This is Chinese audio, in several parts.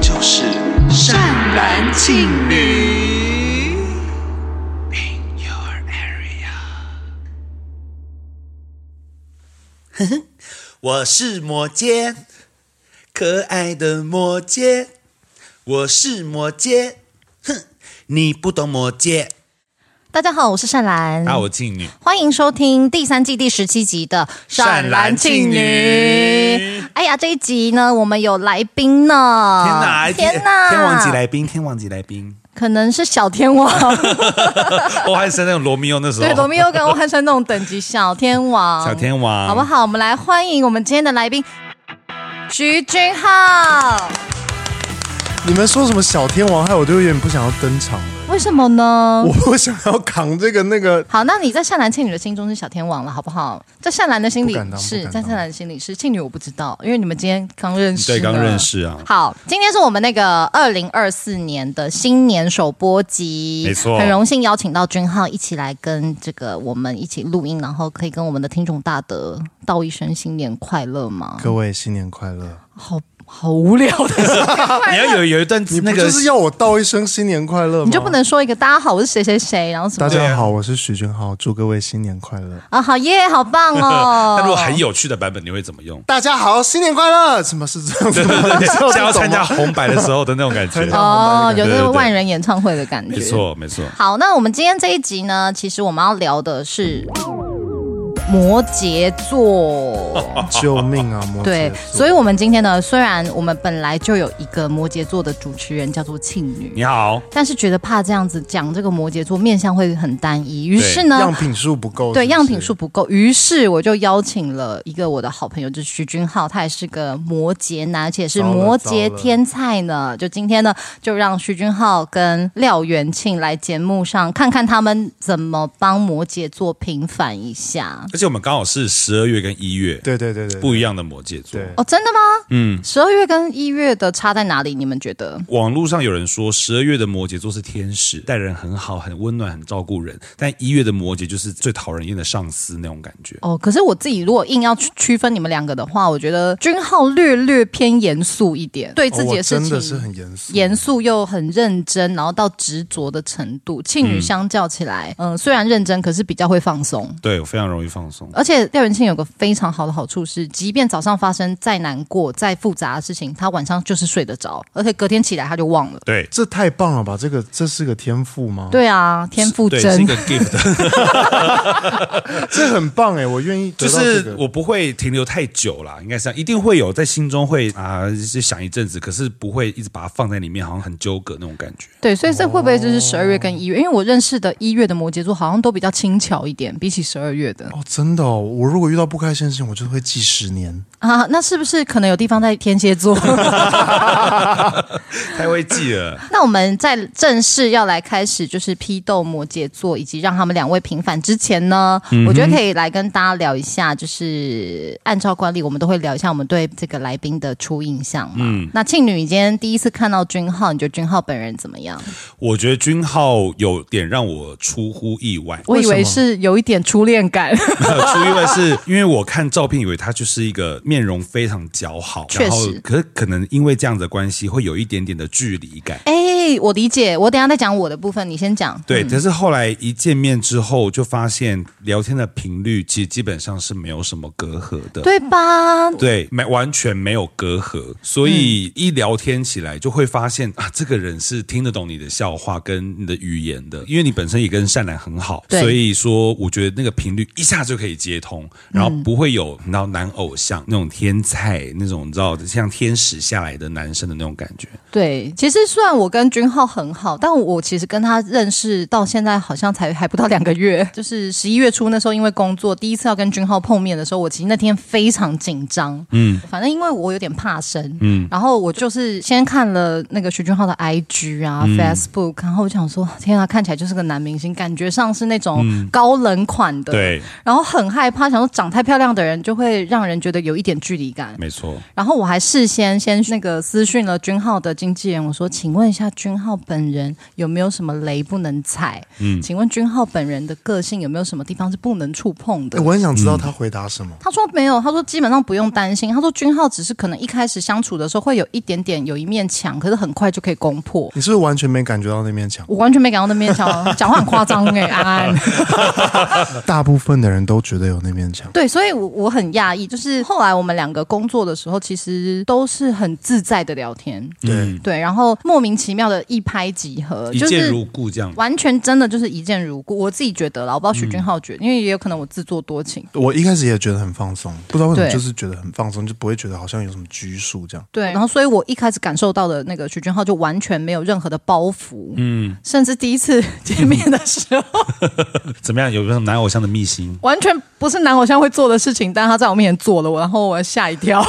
就是善男信女。In your area，我是魔戒，可爱的魔戒，我是魔戒，哼，你不懂魔戒。大家好，我是善兰，啊，我敬女，欢迎收听第三季第十七集的《庆女。哎呀，这一集呢，我们有来宾呢！天嗯哪！天哪！天王级来宾，天王级来宾，可能是小 天王，欧汉生那种罗密欧那时候，对，罗密欧跟欧汉生那种等级小天王，小天王，好不？好？我们来欢迎我们今天的来宾徐君浩，你们说什么小天王，害我就有点不想要登场了。为什么呢 我？不想要扛这个那个，好，那你在善男信女的心中是小天王了，好不好？在善男的心里不敢当是，不敢在当善男的心里是庆女，我不知道，因为你们今天刚认识，对，刚认。识啊，好，今天是我们那个二零二四年的新年首播集，没错很荣幸邀请到君浩一起来跟这个我们一起录音，然后可以跟我们的听众大德道一声新年快乐吗？各位新年快乐！好好无聊的事情， 你要有有一段你不那就个是要我道一声新年快乐吗？你就不能说一个大家好，我是谁谁谁，然后什大么对啊家好，我是许君浩，祝各位新年快乐！啊？好耶，好棒 哦！那如果很有趣的版本，你会怎么用？ 大家好，新年快乐！什么是 这样子吗？像要参参加加红白的时候的那种感 觉，哦，有那对对个对万人演唱会的感觉，没。错没错。好，那我们今天这一集呢，其实我们要聊的是摩羯座。 救命啊！摩羯座对，所以，我们今天呢，虽然我们本来就有一个摩羯座的主持人叫做庆女，你好，但是觉得怕这样子讲这个摩羯座面相会很单一，于是呢样，品数不够，对哦是不是样品数不够，于是我就邀请了一个我的好朋友，就是徐君浩，他也是个摩羯男，而且是摩羯天才呢。就今天呢，就让徐君浩跟廖元庆来节目上看看他们怎么帮摩羯座平反一下。而且我们刚好是十二月跟一月对对对对，不一样的摩羯座对。哦，真的吗？嗯，十二月跟一月的差在哪里？你们觉得？网络上有人说，十二月的摩羯座是天使，待人很好，很温暖，很照顾人；但一月的摩羯就是最讨人厌的上司那种感觉。哦，可是我自己如果硬要区区分你们两个的话，我觉得君浩略略偏严肃一点，对哦自己我事真情、的是很严肃，严肃又很认真，然后到执着的程度。庆女相较起来，嗯、虽然认真，可是比较会放松。对我非常容易放松。而且廖元庆有个非常好的好处是，即便早上发生再难过、再复杂的事情，他晚上就是睡得着，而且隔天起来他就忘了。对，这太棒了吧！这个这是个天赋吗？，对啊，天赋对，是一真个 gift， 这很棒哎，我愿意就得到这是个。我不会停留太久啦，应该是这样，一定会有在心中会啊、就想一阵子，可是不会一直把它放在里面，好像很纠葛那种感 觉。对，所以这会不会哦就是十二月跟一月？因为我认识的一月的摩羯座好像都比较轻巧一点，比起十二月的。哦，真的哦！我如果遇到不开心的事情，我就会记十年。啊，那是不是可能有地方在天蝎座？ 太会记了，那我们在正式要来开始就是批斗摩羯座以及让他们两位平反之前呢，我觉得可以来跟大家聊一下，就是按照惯例我们都会聊一下我们对这个来宾的初印象嘛。那庆女，你今天第一次看到君浩，你觉得君浩本人怎么样？我觉得君浩有点让我出乎意外。我以为为什么是有一点初恋感，呃出意外是因为我看照片，以为他就是一个面容非常姣好，确然实后可是可能因为这样子的关系，会有一点点的距离感。哎、我理解。我等一下再讲我的部分，你先讲。对，嗯可是后来一见面之后，就发现聊天的频率其实基本上是没有什么隔阂的。对吧？对，没完全没有隔阂，所嗯以一聊天起来就会发现啊，这个人是听得懂你的笑话跟你的语言的，因为你本身也跟善良很好，对所以说我觉得那个频率一下就可以接通，嗯然后不会有你知道男偶像那种天才那种你知道像天使下来的男生的那种感觉，对，其实虽然我跟君浩很好，但我其实跟他认识到现在好像才还不到两个月，就是十一月初那时候，因为工作第一次要跟君浩碰面的时候，我其实那天非常紧张，嗯，反正因为我有点怕生，嗯，然后我就是先看了那个徐君浩的 IG 啊、Facebook，然后我想说，天啊，看起来就是个男明星，感觉上是那种高冷款的，对，然后很害怕，想说长太漂亮的人就会让人觉得有一点距离感。没错，然后我还事先先那个私讯了君浩的经纪人，我说：“请问一下，君浩本人有没有什么雷不能踩？嗯请问君浩本人的个性有没有什么地方是不能触碰的哎？”我很想知道他回答什么。他说没有，他说基本上不用担心。他说君浩只是可能一开始相处的时候会有一点点有一面墙，可是很快就可以攻破。你是不是完全没感觉到那面墙？我完全没感到那面墙，讲话很夸张哎、安安。嗯大部分的人都觉得有那面墙。对，所以我我很讶异，就是 后来我们两个工作的时候，其实都是很自在的聊天，嗯，对，然后莫名其妙的一拍即合，一就见是如故这样。完全真的就是一见如故。我自己觉得啦，我不知道许君浩觉得，因为也有可能我自作多情。我一开始也觉得很放松，不知道为什么对就是觉得很放松，就不会觉得好像有什么拘束这样。 哦对，然后所以我一开始感受到的那个许君浩就完全没有任何的包袱，嗯，甚至第一次见面的时候， 怎么样？有没有男偶像的秘辛？完全不是男偶像会做的事情，但他在我面前做了我，然后我吓 一跳。。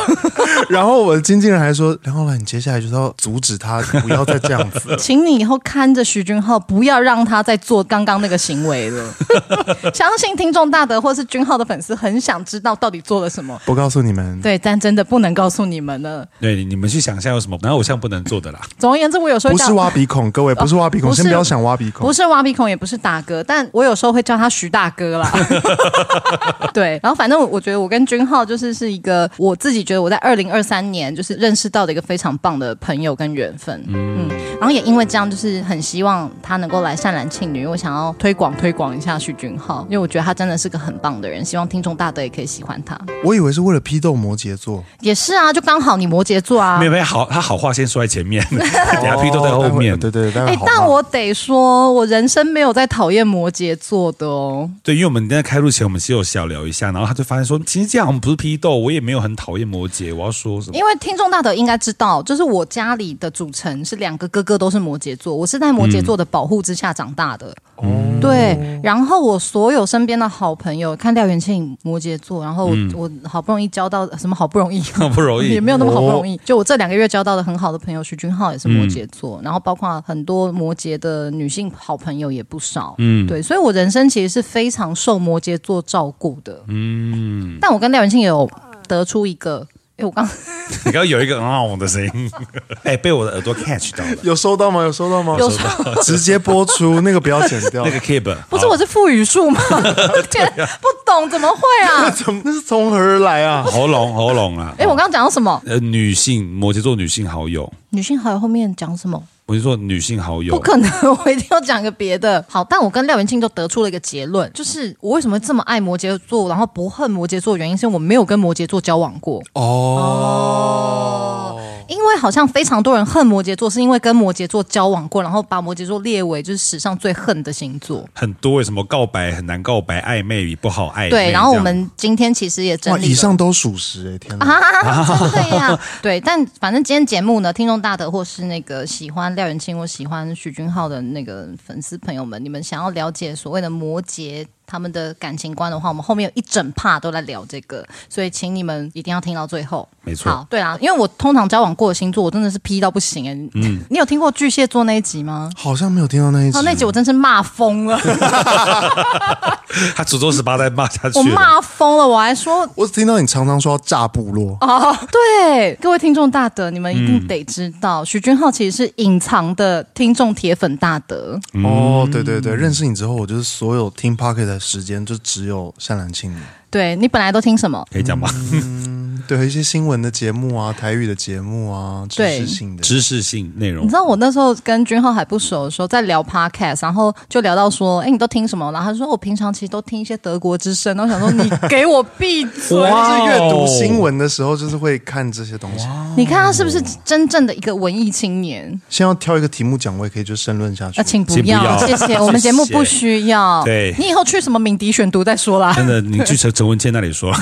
然后我的经纪人还说：“梁浩然，你接下来就是要阻止他，不要再这样子 了请你以后看着徐君浩，不要让他再做刚刚那个行为了。 相信听众大德或是君浩的粉丝很想知道到底做了什么。我告诉你们，对，但真的不能告诉你们了。对，你们去想象有什么男偶像不能做的啦。总而言之，我有时候不会是叫挖鼻 孔，各位不是挖鼻孔，不是先不要想挖鼻孔哦不。是挖鼻孔，也不是打嗝，但我有时候会叫他徐大哥 啦。对，然后反正我我觉得我跟君浩就是是一个我自己觉得我在二零二三年就是认识到的一个非常棒的朋友跟缘分，嗯然后也因为这样，就是很希望他能够来善男信女，因为我想要推广推广一下徐君浩，因为我觉得他真的是个很棒的人，希望听众大德也可以喜欢他。我以为是为了批斗摩 羯座，也是啊，就刚好你摩羯座啊没。有没有，好，他好话先说在前 面，等下批斗在后面。哦待会对对，待哎、会好但骂我得说，我人生没有在讨厌摩羯座的哦。对，因为我们在开录前，我们其实有小聊一下，然后他就发现说，其实这样我们不是批斗，我也没有很讨厌摩羯，我要说什么？因为听众大德应该知道，就是我家里的组成是两个哥哥都是摩羯座，我是在摩羯座的保护之下长大的。对，然后我所有身边的好朋友，看廖元庆摩羯座，然后我,、我好不容易交到什么好不容易。 很 不容易也。没有那么好不容易。就我这两个月交到的很好的朋友，徐君浩也是摩羯座，然后包括很多摩羯的女性好朋友也不少。嗯，对，所以我人生其实是非常受摩羯座照顾的。嗯，但我跟廖元庆也有得出一个，因为我刚你刚刚有一个哦的声 音，哎，被我的耳朵 catch 到了。有收到吗？有收到吗？有收到， 直接播出那个不要剪掉 那。个 Kib 不是我是副语数吗？ 天，不懂怎么会啊？怎 么那是从何而来啊？喉咙喉咙啊，哎，我刚刚讲到什么？呃女性摩羯座女性好友，女性好友后面讲什么？摩羯座女性好友不可能，我一定要讲个别的。好，但我跟廖元庆就得出了一个结论，就是我为什么这么爱摩羯座，然后不恨摩羯座，原因是我没有跟摩羯座交往过。哦，因为好像非常多人恨摩羯座，是因为跟摩羯座交往过，然后把摩羯座列为就是史上最恨的星座。很多什么告白很难告白，暧昧也不好暧哎昧。对，然后这样我们今天其实也整哇，理以了。上都属实哎，嗯天哪！啊，真的 呀，对，但反正今天节目呢，听众大德或是那个喜欢廖元庆或喜欢许君浩的那个粉丝朋友们，你们想要了解所谓的摩羯他们的感情观的话，我们后面有一整趴都在聊这个，所以请你们一定要听到最后。没错好，对啦，因为我通常交往过的星座，我真的是批到不行哎、嗯，你有听过巨蟹座那一集吗？好像没有听到那一集哦，，那集我真是骂 疯了，他祖宗十八代骂下去我了，骂疯了，我还说我只听到你常常说要炸部落，哦，对，各位听众大德，你们一定得知道，许君浩其实是隐藏的听众铁粉大德。哦，对对对，认识你之后，我就是所有听 Pocket 的时间就只有善兰庆女，对你本来都听什么？可以讲吗？嗯对一些新闻的节目啊，台语的节目啊，知对识性的，知识性内容你知道我那时候跟君浩还不熟的时候，在聊 podcast，然后就聊到说，哎，你都听什么？然后他说我平常其实都听一些德国之声。然后我想说，你给我闭嘴！哇就是阅读哦新闻的时候，就是会看这些东西。你看他是不是真正的一个文艺青年？先要挑一个题目讲，我也可以就申论下去啊，。请不请不要，要谢谢，我们节目不需要。对你以后去什么敏迪选读再说啦。真的，你去陈陈文茜那里说，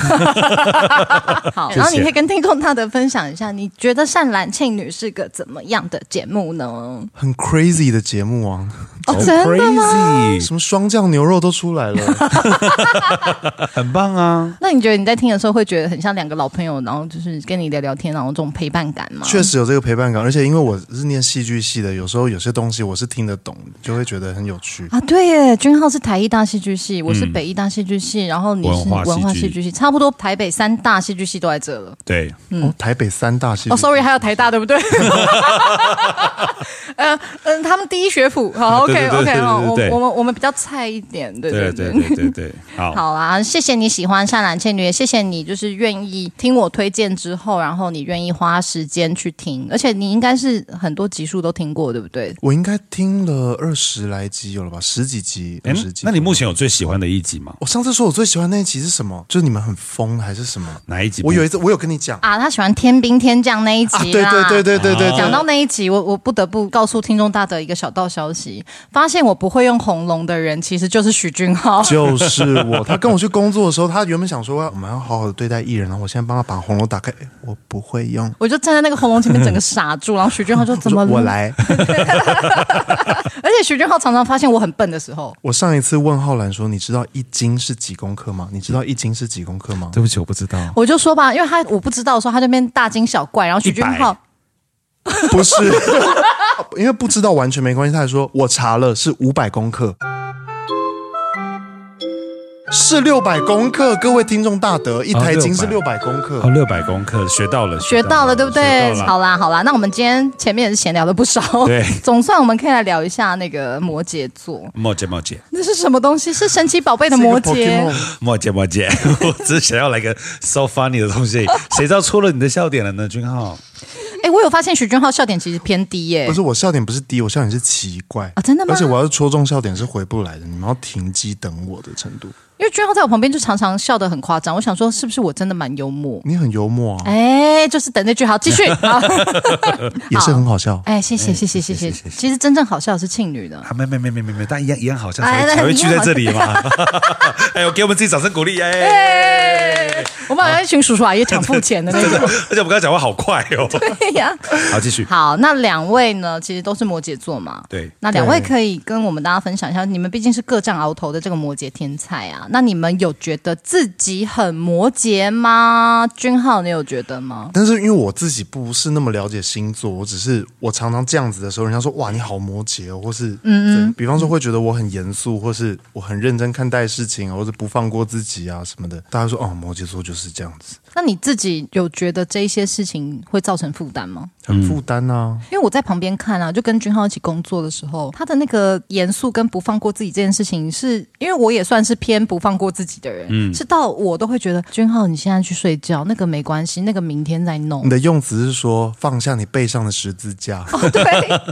好，谢谢然后你可以跟听众大德分享一下，你觉得《善男信女》是个怎么样的节目呢？ 很 crazy 的节目啊，哦，很 真的吗？什 crazy，么双酱牛肉都出来了，很棒啊！那你觉得你在听的时候会觉得很像两个老朋友，然后就是跟你聊聊天，然后这种陪伴感吗？确实有这个陪伴感。而且因为我是念戏剧系的，有时候有些东西我是听得懂，就会觉得很有趣。啊，对耶，君浩是台艺大戏剧系，我是嗯北艺大戏剧系，然后你文是化戏文化戏剧剧系，差不多台北三大戏剧系都在这了。对，哦，台北三大戏剧嗯哦，sorry，还有台大对 不对？嗯嗯，他们第一学府，好啊对对，OK 对 OK，对好，我对对对我们我们比较菜一点，对对对对对对对，好，好啊，谢谢你喜欢《善男倩女》，也谢谢你就是愿意听我推荐之后，然后你愿意花时间去听，而且你应该是很多集数都听过，对不对？我应该听了二十来集有了吧，十几集、哎二十，集。那你目前有最喜欢的一集吗？我上次说我最喜欢那一集是什么？就是你们很疯还是什么？哪一集？我有一次我有跟你讲啊，啊，他喜欢天兵天将那一集啦、对啊对对对对对讲对，到那一集，我我不得不告诉听众大德一个小道消息，发现我不会用红龙的人，其实就是许君浩。就是我。他跟我去工作的时候，他原本想说哦我们要好好的对待艺人，然后我现在帮他把红楼打开，哎我不会用， 我就站在那个红龙前面，整个傻住。然后许君 浩说：“我怎么说了我？”来。而且许君浩常常发现我很笨的时候，我上一次问浩然说，你知道一斤是几公克吗？你知道一斤是几公克吗？对不起，我不知道。我就说吧，因为他我不知道的时候，他就变大惊小怪。然后许君浩100不是， 因为不知道完全没关系。他还说我查了是五百公克，是六百公克。各位听众大德，一台斤哦是六百公哦，克。六百功课学到了，学到了，对不对？学到好了，啦，好啦，那我们今天前面也是闲聊了不少，对总算我们可以来聊一下那个摩羯座，莫姐莫姐那是什么东西？是神奇宝贝的摩哎是一个羯 Pokemon。莫姐莫姐， 我只是想要来个 so funny 的东西，谁知道戳了你的笑点了呢？君浩，哎，我有发现许君浩笑点其实偏低耶、不是我笑点不是低，我笑点是奇怪啊真的吗而且我要是戳中笑点是回不来的，你们要停机等我的程度。因为君浩在我旁边就常常笑得很夸张，我想说是不是我真的蛮幽默？你很幽默啊，哎，就是等那句好，继续。好也是很好笑。哎，谢谢谢谢谢谢。其实真正好笑的是庆女的。啊，没没没没没没，但一样一样好像才哎会那才会一聚样在好这里 嘛。 哎呦，给我们自己掌声鼓励哎！我们好像一群叔叔阿姨抢付钱的那真的种。，而且我们刚才讲话好快哦。 对呀。好，继续。好，那两位呢，其实都是摩羯座嘛。对那两位对可以跟我们大家分享一下，你们毕竟是各占鳌头的这个摩羯天才啊，那你们有觉得自己很摩羯吗？君浩，你有觉得吗？但是因为我自己不是那么了解星座，我只是我常常这样子的时候，人家说哇你好摩羯、哦，或是嗯比方说会觉得我很严肃，或是我很认真看待事情，或者不放过自己啊什么的。大家说哦摩羯座就是这样子，那你自己有觉得这一些事情会造成负担吗？很负担啊。因为我在旁边看啊，就跟君浩一起工作的时候，他的那个严肃跟不放过自己这件事情是，因为我也算是偏不放过自己的人，是到我都会觉得君浩，你现在去睡觉，那个没关系，那个明天再弄你。的用词是说放下你背上的十字架， 哦，对，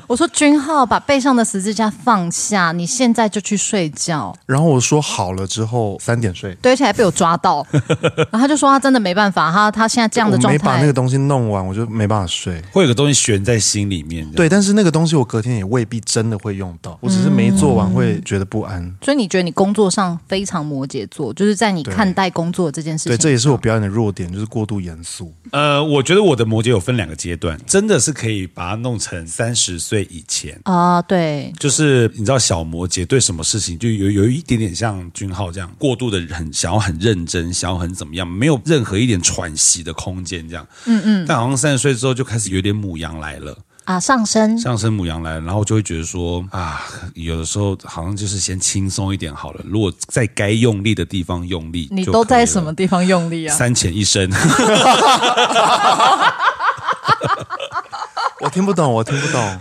我说君浩，把背上的十字架放下，你现在就去睡觉。然后我说好了之后三点睡，对，而且还被我抓到，然后他就说他真的没办法，他他现在这样的我状没把那态个，东西弄完，我就没办法睡。会有个东西悬在心里面。这样，对，但是那个东西我隔天也未必真的会用到，我只是没做嗯完会觉得不安。所以你觉得你工作上非常摩羯座，就是在你对看待工作这件事情对，上，这也是我表演的弱点，就是过度严肃。呃，我觉得我的摩羯有分两个阶段，真的是可以把它弄成三十岁以前。啊、对，就是你知道小摩羯对什么事情就有有一点点像君浩这样过度的很想要很认真，想要很怎么样，没有任何一点喘息的空间这样。嗯嗯。但好像三十岁之后就开始有点母羊来了，啊，上升上升母羊来了，然后就会觉得说嗯啊，有的时候好像就是先轻松一点好了。如果在该用力的地方用力，你都在什么？地方用力啊？三浅一深，我听不懂，我听不 懂。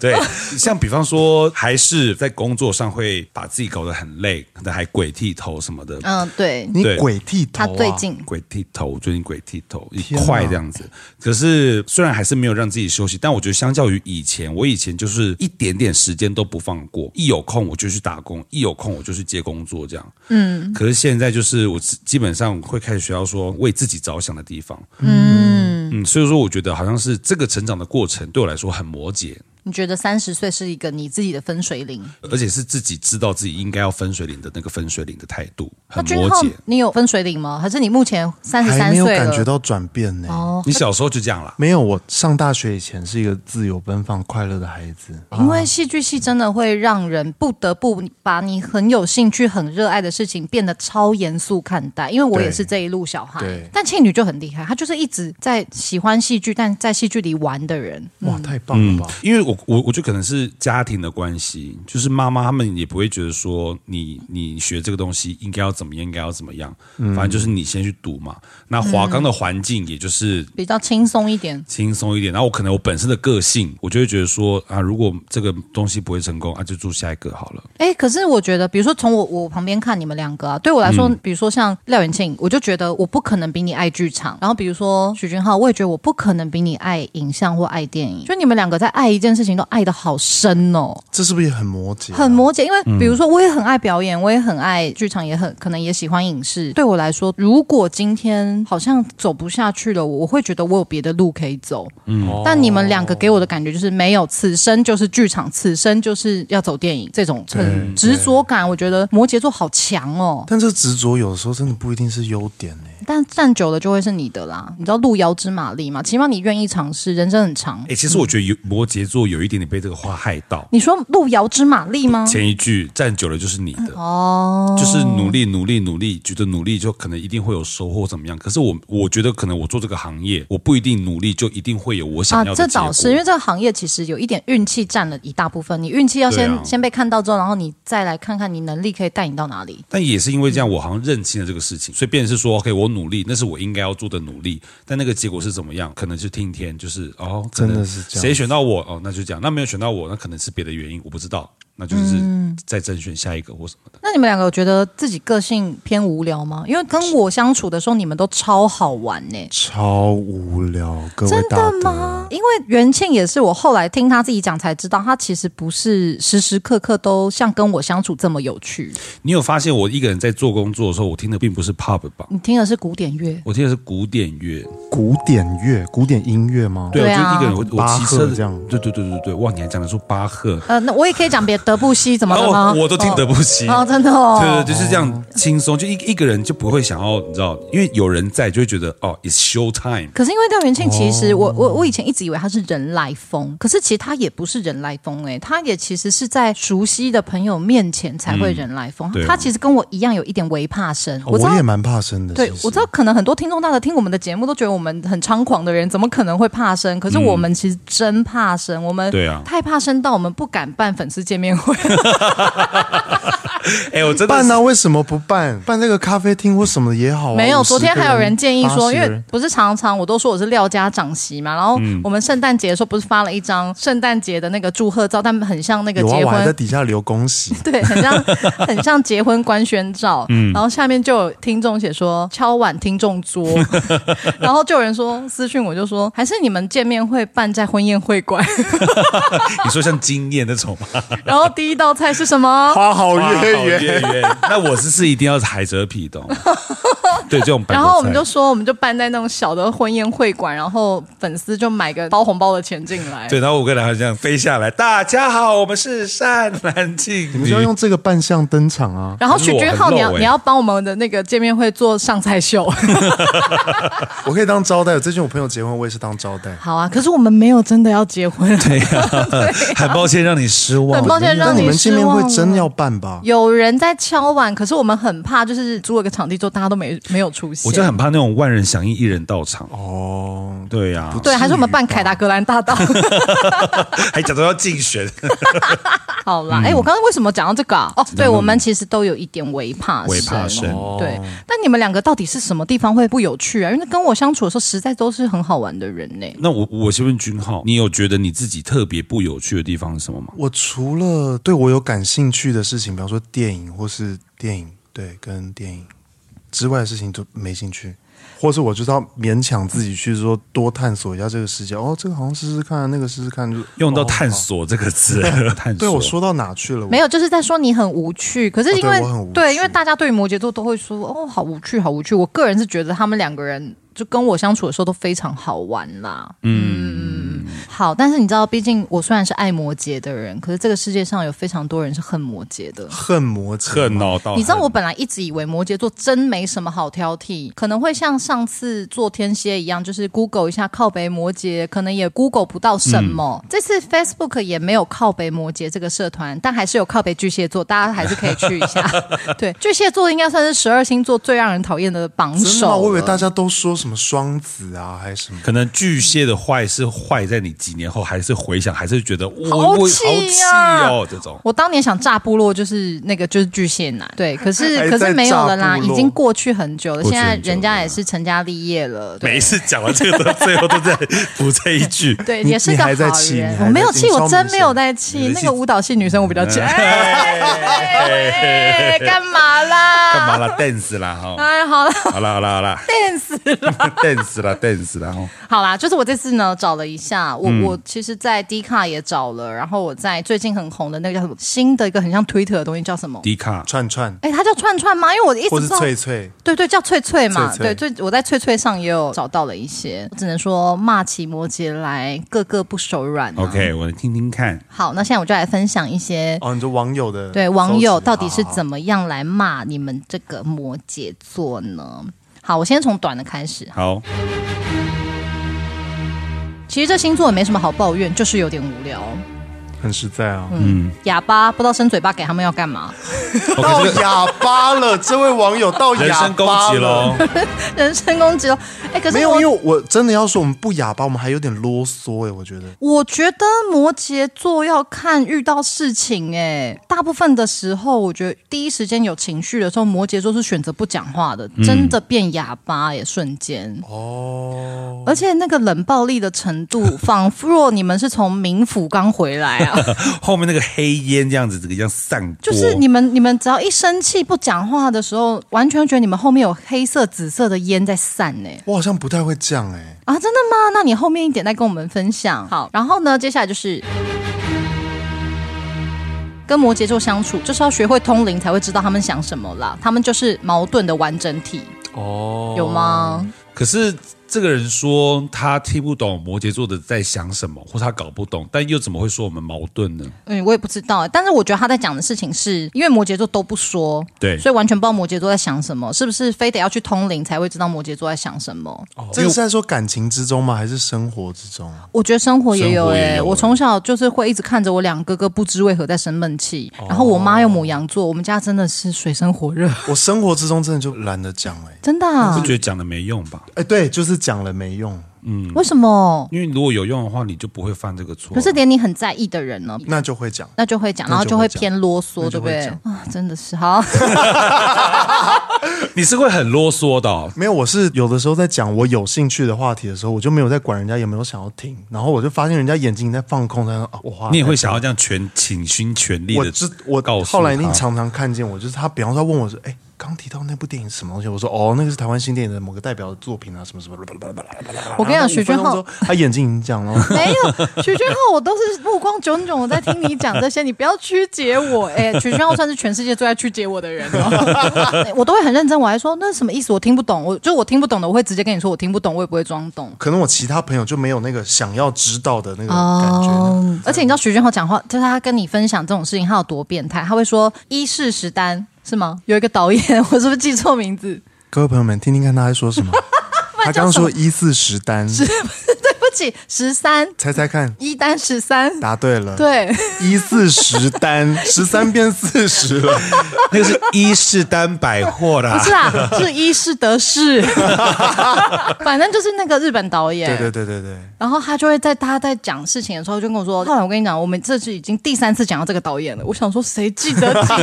对， 像比方说，还是在工作上会把自己搞得很累，可能还鬼剃头什么的，嗯，对，你对鬼剃头、他啊，最近鬼剃头，最近鬼剃头一哪块这样子。可是虽然还是没有让自己休息，但我觉得相较于以前，我以前就是一点点时间都不放过，一有空我就去打工，一有空我就去接工作这样。嗯，可是现在就是我基基本上会开始学到说为自己着想的地方。嗯嗯，所以说我觉得好像是这个成长的过程对我来说很摩羯。你觉得三十岁是一个你自己的分水岭？而且是自己知道自己应该要分水岭的那个分水岭的态度，那很君摩浩羯。，你有分水岭吗？还是你目前三十还三没有岁感觉了？到转变呢、哦，你小时候就这样啦，没有，我上大学以前是一个自由奔放、快乐的孩子。因为戏剧系真的会让人不得不把你很有兴趣、很热爱的事情变得超严肃看待。因为我也是这一路小孩对，但庆女就很厉害，她就是一直在喜欢戏剧，但在戏剧里玩的人。哇，太棒了吧！因为我我我觉得可能是家庭的关系，就是妈妈他们也不会觉得说你你学这个东西应该要怎么样，应该要怎么样，反正就是你先去读嘛。那华冈的环境也就是比较轻松一点，轻松一点，然后我可能我本身的个性，我就会觉得说啊，如果这个东西不会成功啊，就做下一个好了。哎，可是我觉得，比如说从我我旁边看你们两个啊，对我来说，比如说像廖元庆，我就觉得我不可能比你爱剧场。然后比如说许君浩，我也觉得我不可能比你爱影像或爱电影。就你们两个在爱一件事情都爱的好深哦，这是不是也很摩羯啊、很摩羯。因为比如说，我也很爱表演，我也很爱剧场，也很可能也喜欢影视。对我来说，如果今天好像走不下去了，我我会觉得我有别的路可以走。哦但你们两个给我的感觉就是没有，此生就是剧场，此生就是要走电影这种很执着感。我觉得摩羯座好强哦，但这执着有的时候真的不一定是优点呢、但站久了就会是你的啦。你知道路遥知马力嘛？起码你愿意尝试，人生很长哎、。其实我觉得有摩羯座有一点点被这个话害到。你说路遥知马力吗？前一句站久了就是你的，哦，就是努力努力努力，觉得努力就可能一定会有收获怎么样？可是我我觉得可能我做这个行业，我不一定努力就一定会有我想啊要，的这结果。倒是因为这个行业其实有一点运气占了一大部分，你运气要先、对啊先被看到之后，然后你再来看看你能力可以带你到哪里。但也是因为这样，我好像认清了这个事情，所以变成是说，OK，我努力，那是我应该要做的努力，但那个结果是怎么样，可能是听天，就是哦，可能真的是这样谁选到我哦，那就这样，那没有选到我，那可能是别的原因，我不知道，那就是嗯再甄选下一个或什么的。那你们两个有觉得自己个性偏无聊吗？因为跟我相处的时候，你们都超好玩呢、超无聊，各位真大的德。吗？因为袁庆也是我后来听他自己讲才知道，他其实不是时时刻刻都像跟我相处这么有趣。你有发现我一个人在做工作的时候，我听的并不是 pub 吧？你听的是古典乐，我听的是古典乐，古典乐、古典音乐吗？对，对啊我就一个人，我我巴骑赫车的这样对对对对对，哇，你还讲得出巴赫，呃，那我也可以讲别德布西怎么了 吗？哦，我都听得哦不起。哦，真的哦，对对，就是这样轻松，就一一个人就不会想要，你知道，因为有人在就会觉得哦，it's show time，可是因为廖元庆，其实哦我、我我以前一直以为他是人来疯，可是其实他也不是人来疯哎、他也其实是在熟悉的朋友面前才会人来疯。对啊他其实跟我一样有一点微怕生，嗯哦知道我也。蛮怕生的。对其，实我知道，可能很多听众大的听我们的节目都觉得我们很猖狂的人，怎么可能会怕生？可是我嗯们其实真怕生，我们对啊太怕生到我们不敢办粉丝见面会。哎、我真的办是啊，为什么不办？办那个咖啡厅或什么的也好啊、没有， 50昨天还有人建议说， 80因个为人嗯不是常常我都说我是廖家长媳嘛，然后我们圣诞节的时候不是发了一张圣诞节的那个祝贺照，但很像那个有啊，结我还在婚。底下留恭喜。 对，很像 很像结婚官宣照，嗯然后下面就有听众写说敲碗听众 桌，然后就有人说私讯我就说还是你们见面会办在婚宴会馆， 你说像经验那种吗？然后第一道菜是什么？花好哇好月圆，月圆，那我是是一定要海蜇皮的哦、对这种白然头后我们菜就说我们就办在那种小的婚宴会馆，然后粉丝就买个包红包的钱进来。对，然后我跟他这样飞下来，大家好，我们是善男信你们女就要。用这个扮相登场啊！然后许君浩，很裸你要很露欸你要帮我们的那个见面会做上菜秀，我可以当招待。最近我朋友结婚，我也是当招待。 好啊。可是我们没有真的要结婚，对呀，很抱歉让你失望。很抱歉让但你们见失面望会了。真要办吧？ 有人在敲碗，可是我们很怕，就是租了个场地之后，大家都没没有出现。我就很怕那种万人响应一人到场。哦，对呀、对，还是我们办凯达格兰 大道还假装要竞 选。好啦。嗯哎、我刚刚为什么讲到这个啊？哦，对，讲到我们其实都有一点微怕微怕生生哦对，但你们两个到底是什么地方会不有趣啊？因为跟我相处的时候，实在都是很好玩的人呢、那我我先问君浩，你有觉得你自己特别不有趣的地方是什么吗？我除了对我有感兴趣的事情，比方说电影或是电影，对，跟电影之外的事情都没兴趣，或是我知道勉强自己去说多探索一下这个世界。哦，这个好像试试看，那个试试看，就用到哦探好索这个字， 探索。对我说到哪去了？没有，就是在说你很无趣。可是因为、哦对我很无趣因为大家对于摩羯座都会说哦，好无趣，好无趣。我个人是觉得他们两个人就跟我相处的时候都非常好玩啦。嗯，好，但是你知道，毕竟我虽然是爱摩羯的人，可是这个世界上有非常多人是恨摩羯的。恨摩羯，恨哦，到你知道我恨本来一直以为摩羯座真没什么好挑剔，可能会像上次做天蝎一样，就是 Google 一下靠北摩羯，可能也 Google 不到什么。嗯这次 Facebook 也没有靠北摩羯这个社团，但还是有靠北巨蟹座，大家还是可以去一 下。对，巨蟹座应该算是十二星座最让人讨厌的榜真的吗？首。我以为大。家都说什么双子啊，还是什么。可能巨蟹的坏是坏在你几年后还是回想，还是觉得我我好好气气啊哦这种。我当年想炸部落，就是那个就是巨蟹男，对，可是还在可是没有了啦，炸部已落经过去很久了，过现去很久在了人家也是成家立业了，对每一次讲完这个都，最后都在补这一句。 对，你也是个好你还在气人你。还我没有在气，气我超真明没有显在气。你那在个气舞蹈系女生我比较气。哎， 干嘛啦？干嘛啦？dance 啦哈！哎，好了，好 啦好啦好啦 ，dance 啦 dance 啦哈！好啦，就是我这次呢找了一下，我、嗯我其实，在 D 卡也找了，然后我在最近很红的那个叫什么新的一个很像 Twitter 的东西叫什么？迪卡串串，哎，它叫串串吗？因为我一直或不是知道。脆脆，对对，叫翠翠嘛，翠翠对，最我在翠翠上也有找到了一些，我只能说骂起摩羯来，个个不手软、啊。 ，OK，我听听看。好，那现在我就来分享一些哦，你说网友的啊对网友到底是么？怎么样来骂你们这个摩羯座呢？好，我先从短的开始。好，其实这星座也没什么好抱怨，就是有点无聊。很实在啊，哑巴不知道伸嘴巴给他们要干嘛， 到哑巴了，这位网友到人哑身攻巴击了喽。。人身攻击哦。哎，可没是有，因我为我真的要说，我们不哑巴，我们还有点啰嗦哎、我觉得我觉得摩羯座要看遇到事情哎，大部分的时候，我觉得第一时间有情绪的时候，摩羯座是选择不讲话的，真的变哑巴耶，瞬间。哦，而且那个冷暴力的程度，仿若你们是从冥府刚回来啊。后面那个黑烟这样子，这个样散播，就是你们，你们只要一生气不讲话的时候，完全觉得你们后面有黑色、紫色的烟在散欸呢、我好像不太会这样哎、啊，真的吗？那你后面一点再跟我们分享。好，然后呢，接下来就是跟摩羯座相处，就是要学会通灵才会知道他们想什么啦。他们就是矛盾的完整体，哦，有？吗？可是这个人说他听不懂摩羯座的在想什么，或他搞不懂，但又怎么会说我们矛盾呢？嗯，我也不知道、但是我觉得他在讲的事情是，因为摩羯座都不说，对所以完全不知道摩羯座在想什么，是不是非得要去通灵才会知道摩羯座在想什么？这个是在说感情之中吗？还是生活之中？我觉得生活也生有活诶、也有欸我从小就是会一直看着我两哥哥不知为何在生闷气，然后我妈又母羊座，我们家真的是水深火热， 我生活之中真的就懒得讲哎、真的、啊不？觉得讲的没用吧？哎、对，就是讲了没用。为什么？因为如果有用的话，你就不会犯这个错。啊可是连你很在意的人呢？那就会讲。嗯那就会讲，然后那就就会会讲偏啰嗦，对那就不会对讲啊？真的是好， 你是会很啰嗦的啊哦、没有，我是有的时候在讲我有兴趣的话题的时候，我就没有在管人家有没有想要听，然后我就发现人家眼睛在放空，在那啊，我话你也会想要这样全倾心全力我的知我告诉后来一定他常常看见我，就是他，比方说他问我说，哎，刚提到那部电影是什么东西？我说哦，那个是台湾新电影的某个代表作品啊，什么什么。我跟你讲许君浩，浩，他眼睛已经讲了没有许君浩，我都是目光炯炯，我在听你讲这些，你不要曲解我。哎，许君浩算是全世界最爱曲解我的人哦， 哎我都会很认真，我还说那是什么意思？我听不懂，我就我听不懂的，我会直接跟你说我听不懂，我也不会装懂。可能我其他朋友就没有那个想要知道的那个感觉。哦嗯而且你知道徐俊浩讲话，就是他跟你分享这种事情，他有多变态？他会说一是十单是吗？有一个导演，我是不是记错名字？ 各位朋友们，听听看他在说什么。他刚刚说一四十单，对不起，十三猜猜看，一单十三，答对了。对，一四十 单，十三变四十了。那个是伊势丹百货啦 不是啊，是一是得 是，反正就是那个日本导演。对对对对对，然后他就会在他在讲事情的时候就跟我说，后来我跟你讲，我们这次已经第三次讲到这个导演了。我想说，谁记得几次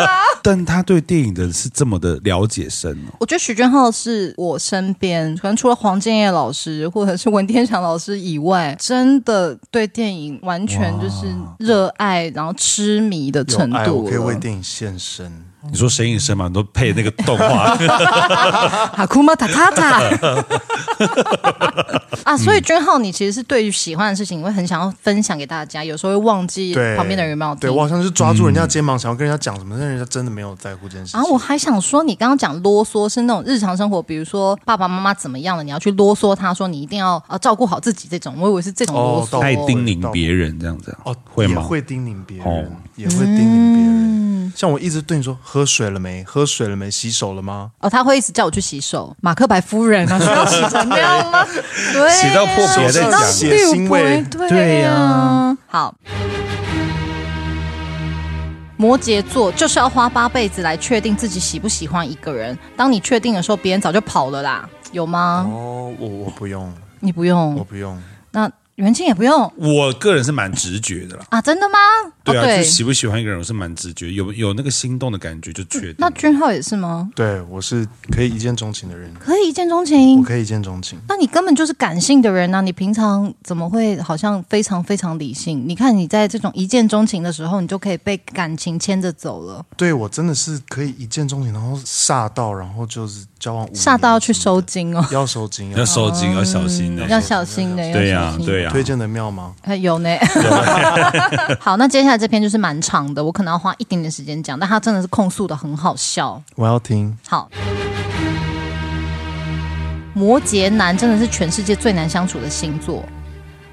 啊？但他对电影的是这么的了解深哦、我觉得许君浩是我身边可能除了黄建业老师或者是文天祥老师以外，真的对电影完全就是热爱，然后痴迷的程有爱，哎度我了。可以为电影献身。哦你说神隐神嘛，你都配那个动 画，哦哈库玛塔塔塔。啊，所以嗯君浩，你其实是对于喜欢的事情，你会很想要分享给大家，有时候会忘记对旁边的人有没有对听。我好像是抓住人家肩膀，想要跟人家讲什么，但人家真的没有在乎这件事啊情。然后我还想说，你刚刚讲啰嗦是那种日常生活，比如说爸爸妈妈怎么样了，你要去啰嗦他说你一定要呃照顾好自己这种，我以为是这种啰哦嗦。到爱叮咛别人这样子啊哦，会也吗？会叮咛别人，哦也会叮咛别人。嗯像我一直对你说喝水了没？喝水了没？洗手了吗？哦，他会一直叫我去洗手，马克白夫人啊，需要洗成这样吗？对 呀，洗到破皮还在讲洗到六血腥味对对呀、呀好。摩羯座就是要花八辈子来确定自己喜不喜欢一个人。当你确定的时候，别人早就跑了啦，有吗？哦，我我不用，你不我哦用，不用。那袁静也不用我个人是蛮直觉的啦，啊？真的吗？对哦、啊，就对，喜不喜欢一个人，我是蛮直觉，有有那个心动的感觉就确定了。那君浩也是吗？对我是可以一见钟情的人，可以一见钟我情。可以一见钟情。那你根本就是感性的人啊呐、你平常怎么会好像非常非常理性？你看你在这种一见钟情的时候，你就可以被感情牵着走了，嗯对我真的是可以一见钟情，然后吓到，然后就是交往五年吓到要去什么收的，精哦，要收啊金，要收紧，要小心的、要小心的。嗯对呀、嗯啊要小心对呀、推荐的妙吗？哎 有呢。好，那接下来这篇就是蛮长的，我可能要花一点点时间讲，但他真的是控诉的很好笑。我要听。好。摩羯男真的是全世界最难相处的星座，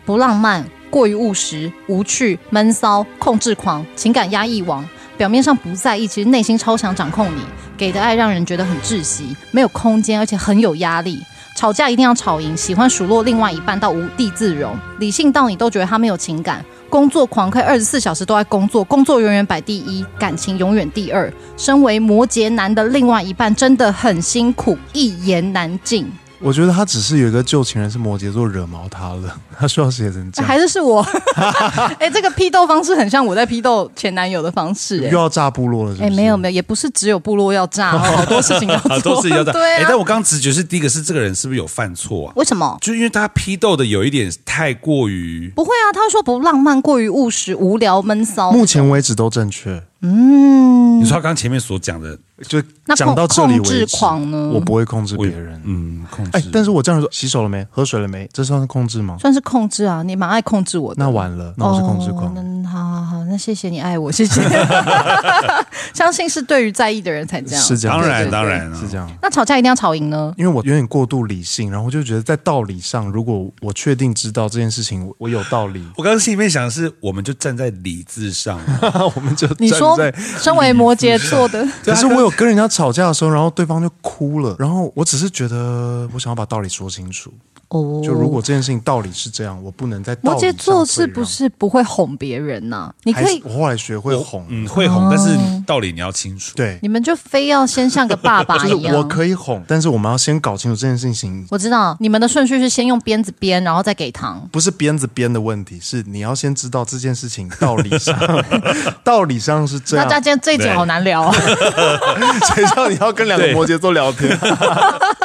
不浪漫，过于务实，无趣，闷骚，控制狂，情感压抑王。表面上不在意，其实内心超想掌控你，给的爱让人觉得很窒息，没有空间，而且很有压力。吵架一定要吵赢，喜欢数落另外一半到无地自容，理性到你都觉得他没有情感，工作狂可以二十四小时都在工作，工作永远摆第一，感情永远第二。身为摩羯男的另外一半真的很辛苦，一言难尽。我觉得他只是有一个旧情人是摩羯座惹毛他了， 他需要写成这样，还是是我， 哎、这个批斗方式很像我在批斗前男友的方式、又哎。要炸部落了是不哎、是？没有没有，也不是只有部落要炸，好多事情要 做，好多事情要在。对哎、啊，但我刚刚直觉是第一个是这个人是不是有犯错啊？为什么？就因为他批斗的有一点太过于不会啊，他说不浪漫，过于务实，无聊闷骚。目前为止都正确，嗯你说他刚前面所讲的，就那控讲到这里控制为止。狂呢？我不会控制我别人。嗯，控哎制。，但是我这样说，洗手了没？喝水了没？这算是控制吗？算是控制啊，你蛮爱控制我的。那完了，那我是控制狂。哦那好好好，那谢谢你爱我，谢 谢。相信是对于在意的人才这样。是这样，当然是这样当然啊，是这样。那吵架一定要吵赢呢？因为我有点过度理性，然后我就觉得在道理上，如果我确定知道这件事情，我我有道理我刚刚心里面想的是，我们就站在理智上， 我们就你说站在，身为摩羯座的，可是我有跟人家吵架的时候，然后对方就哭了，然后我只是觉得我想要把道理说清楚。哦 就如果这件事情道理是这样，我不能在道摩理上羯座退是让不？是不会哄别人呐、你还可是以，我后来学会哦哄，嗯，会哄，但是道理你要清楚。对你，们就非要先像个爸爸 就是一样。我可以哄，但是我们要先搞清楚这件事情我知道你们的顺序是先用鞭子鞭，然后再给糖。不是鞭子鞭的问题，是你要先知道这件事情道理 上，道理上是这大样。家今天这一集对好难聊啊！ 谁知道你要跟两个对摩羯座聊天？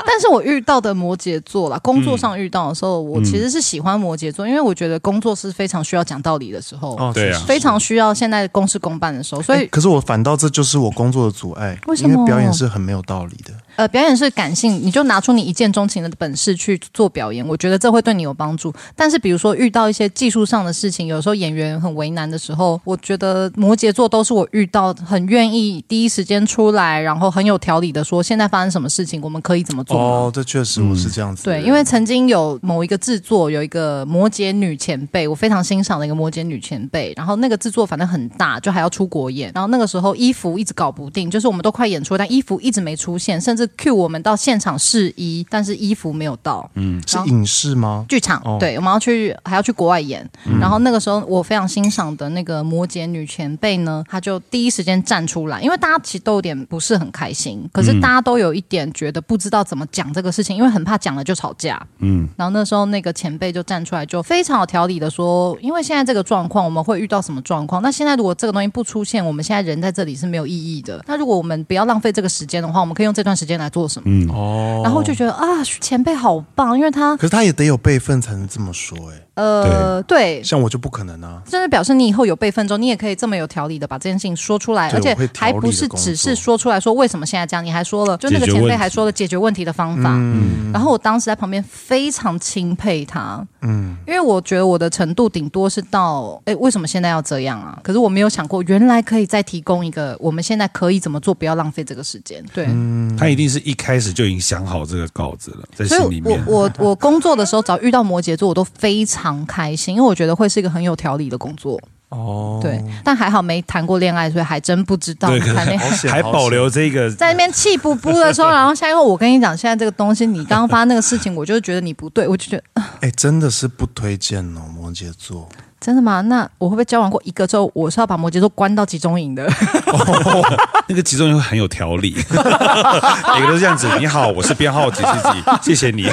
但是我遇到的摩羯座 啦，工作上遇到的时候，嗯我其实是喜欢摩羯座，因为我觉得工作是非常需要讲道理的时候， 对 啊确实非常需要现在公事公办的时候，所以、哎可是我反倒这就是我工作的阻碍，为什么因为表演是很没有道理的。呃，表演是感性，你就拿出你一见钟情的本事去做表演，我觉得这会对你有帮助。但是比如说遇到一些技术上的事情，有时候演员很为难的时候，我觉得摩羯座都是我遇到很愿意第一时间出来，然后很有条理的说现在发生什么事情，我们可以怎么做吗。哦，这确实我是这样子的对，人。因为曾经有某一个制作有一个摩羯女前辈，我非常欣赏的一个摩羯女前辈。然后那个制作反正很大，就还要出国演。然后那个时候衣服一直搞不定，就是我们都快演出，但衣服一直没出现，甚至 cue 我们到现场试衣，但是衣服没有到。嗯是影视吗？剧场，哦嗯对，我们要去还要去国外演。然后那个时候我非常欣赏的那个摩羯女前辈呢，她就第一时间站出来，因为大家其实都有点不是很开嗯心，可是大家都有一点觉得不知道怎么讲这个事情，因为很怕讲了就吵架。嗯，然后那时候那个前辈就站出来，就非常有条理的说，因为现在这个状况我们会遇到什么状况？那现在如果这个东西不出现，我们现在人在这里是没有意义的。那如果我们不要浪费这个时间的话，我们可以用这段时间。间来做什么。哦然后就觉得啊，前辈好棒，因为他可是他也得有辈分才能这么说哎、呃，对，像我就不可能啊。真的表示你以后有备份之后，你也可以这么有条理的把这件事情说出来，对而且我会条还理地不是只是说出来说为什么现在这样，你还说了，就那个解决前辈问题还说了解决问题的方法。嗯然后我当时在旁边非常钦佩他，嗯，因为我觉得我的程度顶多是到，哎，为什么现在要这样啊？可是我没有想过，原来可以再提供一个我们现在可以怎么做，不要浪费这个时间。对，嗯他一定是一开始就已经想好这个稿子了，在所心以里我面。我我工作的时候，只要遇到摩羯座，我都非常开心，因为我觉得会是一个很有条理的工作。哦对，但还好没谈过恋爱，所以还真不知道对可能哦谈恋爱好。险，还好险保留这个 在那边气不不的时候，然后下一个我跟你讲，现在这个东西，你刚刚发生那个事情，我就觉得嗯你不对，我就觉得哎、真的是不推荐哦，摩羯座。 真的吗？那我会不会交往过一个之后，我是要把摩羯座关到集中营的？ 哦那个集中营会很有条理， 每个都这样子。你好，我是编号几几几，谢谢你。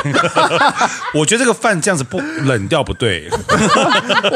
我觉得这个饭这样子不冷掉不对，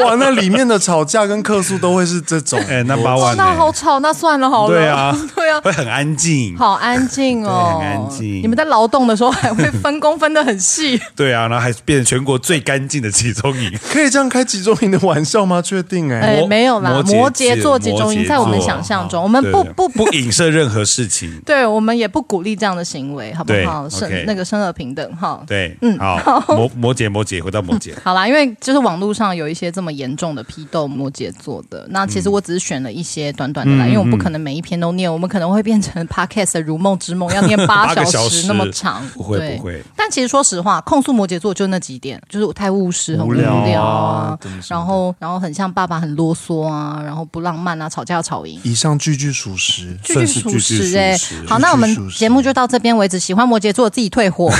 哇，那里面的吵架跟客诉都会是这种。哎那把我我哦，那好吵，那算了好了。对啊 对啊，会很安静。好安静哦，对很安静你们在劳动的时候还会分工分得很细，对啊，然后还变成全国最干净的集中营。可以这样开集中营的玩笑吗？确定哎、 哎，摩没有啦，摩羯摩羯座集中摩羯营座在我们想象中，我们对不对不不影射任何事情。对，我们也不鼓励这样的行为，好不对好？生 OK 那个生而平等哈。对，嗯好，摩摩羯摩羯，回到摩羯。好啦，因为就是网络上有一些这么严重的批斗摩羯座的，那其实我只是选了一些短短的啦，因为我不可能每一篇都念，我们可能会变成 podcast 的如梦之梦，要念八八个小时时那么长，不会对不会。但其实说实话，控诉摩羯座就那几点，就是太务实，很无无聊啊聊啊怎么什么的然后然后很像爸爸，很啰嗦啊，然后不浪漫啊，吵架要吵赢。以上句句属实。句句算是属句句实哎、属实好，那我句句属们实节目就到这边为止。喜欢摩羯座自己退火。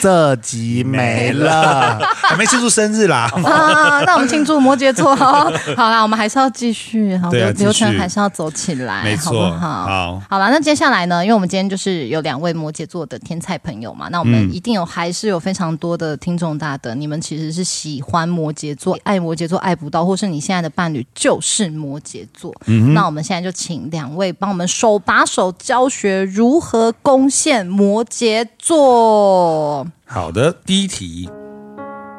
这集没了，还没庆祝生日 啦，啊，那我们庆祝摩羯 座。好啦，我们还是要继续，好对啊流继续流程还是要走起来，没好不错好？好，好啦，那接下来呢？因为我们今天就是有两位摩羯座的天才朋友嘛，那我嗯们一定有还是有非常多的听众大德，你们其实是喜欢摩羯座、爱摩羯座爱不到，或是你现在的伴侣就是摩羯座。嗯那我们现在就请两位帮我们手把手教学如何攻陷摩羯座。好的，第一题，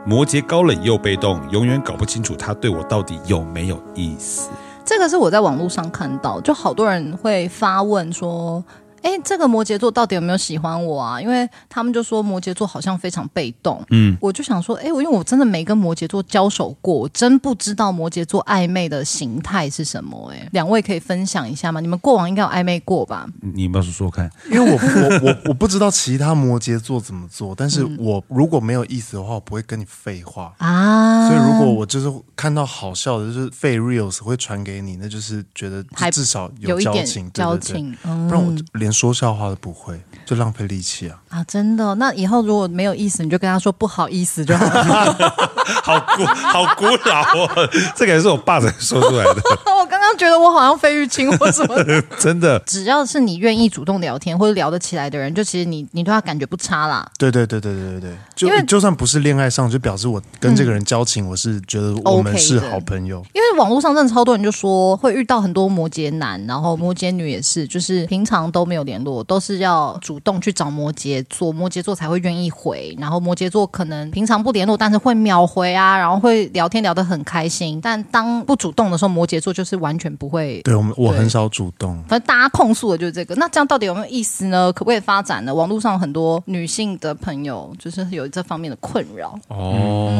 摩羯高冷又被动，永远搞不清楚他对我到底有没有意思。这个是我在网络上看到，就好多人会发问说：“哎，这个摩羯座到底有没有喜欢我啊？”因为他们就说摩羯座好像非常被动。嗯，我就想说，哎，我因为我真的没跟摩羯座交手过，我真不知道摩羯座暧昧的形态是什么。哎，两位可以分享一下吗？你们过往应该有暧昧过吧？你们说说看， 因为我我我我不知道其他摩羯座怎么做，但嗯是我如果没有意思的话，我不会跟你废话。啊，所以如果我就是看到好笑的，就是废 reels 会传给你，那就是觉得还至少有一交点情，对交对对情，不然我嗯就连说笑话都不会，就浪费力气啊！啊，真的哦、那以后如果没有意思，你就跟他说不好意思就好了。好古 好古老哦，这个也是我爸才说出来的， 我刚刚觉得我好像费玉清或什么的真的。只要是你愿意主动聊天或者聊得起来的人，就其实你你对他感觉不差啦。对对对对对对对，因为就就算不是恋爱上，就表示我跟这个人交情，我是觉得我们 OK 是的好朋友。因为网络上真的超多人就说会遇到很多摩羯男，然后摩羯女也是，就是平常都没有联络，都是要主动去找摩羯座，摩羯座才会愿意回。然后摩羯座可能平常不联络，但是会秒回啊，然后会聊天聊得很开心。但当不主动的时候，摩羯座就是完全不会对我们，我对很少主动。反正大家控诉的就是这个，那这样到底有没有意思呢？可不可以发展呢？网络上有很多女性的朋友就是有这方面的困扰。哦，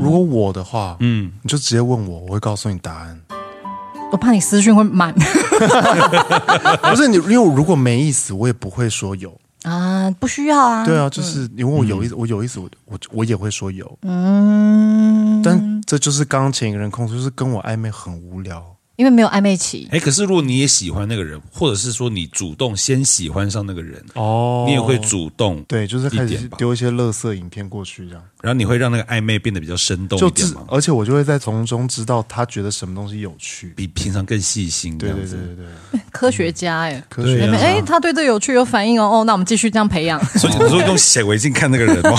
如果我的话，嗯，你就直接问我，我会告诉你答案。我怕你私讯会满不是你，因为我如果没意思，我也不会说有。 啊，不需要啊。对啊，就是你问我有意思，我有意思，我我我也会说有。嗯，但这就是刚刚前一个人控诉，就是跟我暧昧很无聊。因为没有暧昧期，哎，可是如果你也喜欢那个人，或者是说你主动先喜欢上那个人，哦你也会主动，对，就是开一始点吧丢一些垃圾影片过去，这样然后你会让那个暧昧变得比较生动就一点自吗，？而且我就会在从中知道他觉得什么东西有趣。比平常更细心，这对样对子对对对，科学家哎、欸。科学对啊家哎、他对这有趣有反应哦，哦，那我们继续这样 培养。所以你说用显微镜看那个人吗？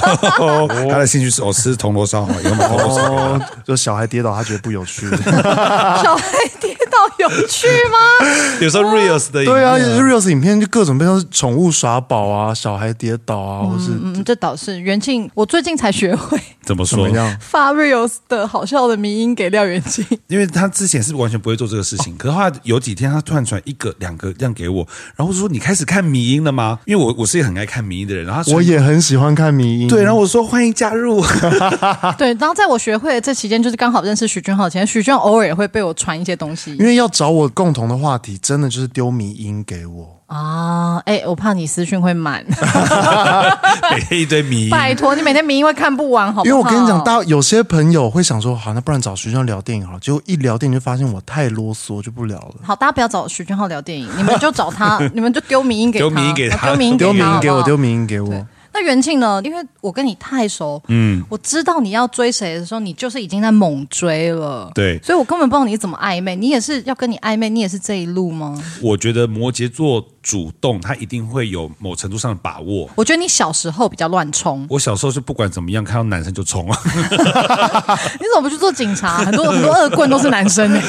他的兴趣是 哦吃铜哦 锣烧，好，有买铜锣烧。啊哦，就小孩跌倒，他觉得不有趣。小孩跌倒有有趣 吗？有时候 reels 的影对啊，片也是 reels 影片就各种，像是宠物耍宝啊、小孩跌倒啊，或是嗯，这倒是元庆，我最近才学会 怎么怎说么？样。发 reels 的好笑的迷音给廖元庆，因为他之前是完全不会做这个事哦情，可是后来有几天他突然传一个、两个这样给我，然后我说你开始看迷音了吗？因为我我是一个很爱看迷音的人，然后哦他传我也很喜欢看迷音，对，然后我说欢迎加入，啊 对。然后在我学会的这期间，就是刚好认识徐俊浩前，徐俊浩偶尔也会被我传一些东西因为要找我共同的话题，真的就是丢迷音给我。啊。哎、我怕你私讯会 满， 每天一堆迷音，拜托你每天迷音会看不完，好不好？因为我跟你讲，大有些朋友会想说，好，那不然找徐峥聊电影好了。结果一聊电影就发现我太啰嗦，就不聊了。好，大家不要找徐俊浩聊电影，你们就找 他，你们就丢迷音给他，丢迷因给他啊丢迷音丢给迷他，音给好不我，好丢迷音给我。那元庆呢？因为我跟你太熟，嗯，我知道你要追谁的时候，你就是已经在猛追了，对所以我根本不知道你怎么暧昧。你也是要跟你暧昧，你也是这一路吗？我觉得摩羯座主动，他一定会有某程度上的把握。我觉得你小时候比较乱冲，我小时候是不管怎么样，看到男生就冲啊， 你怎么不去做警察？很多很多恶棍都是男 生、欸，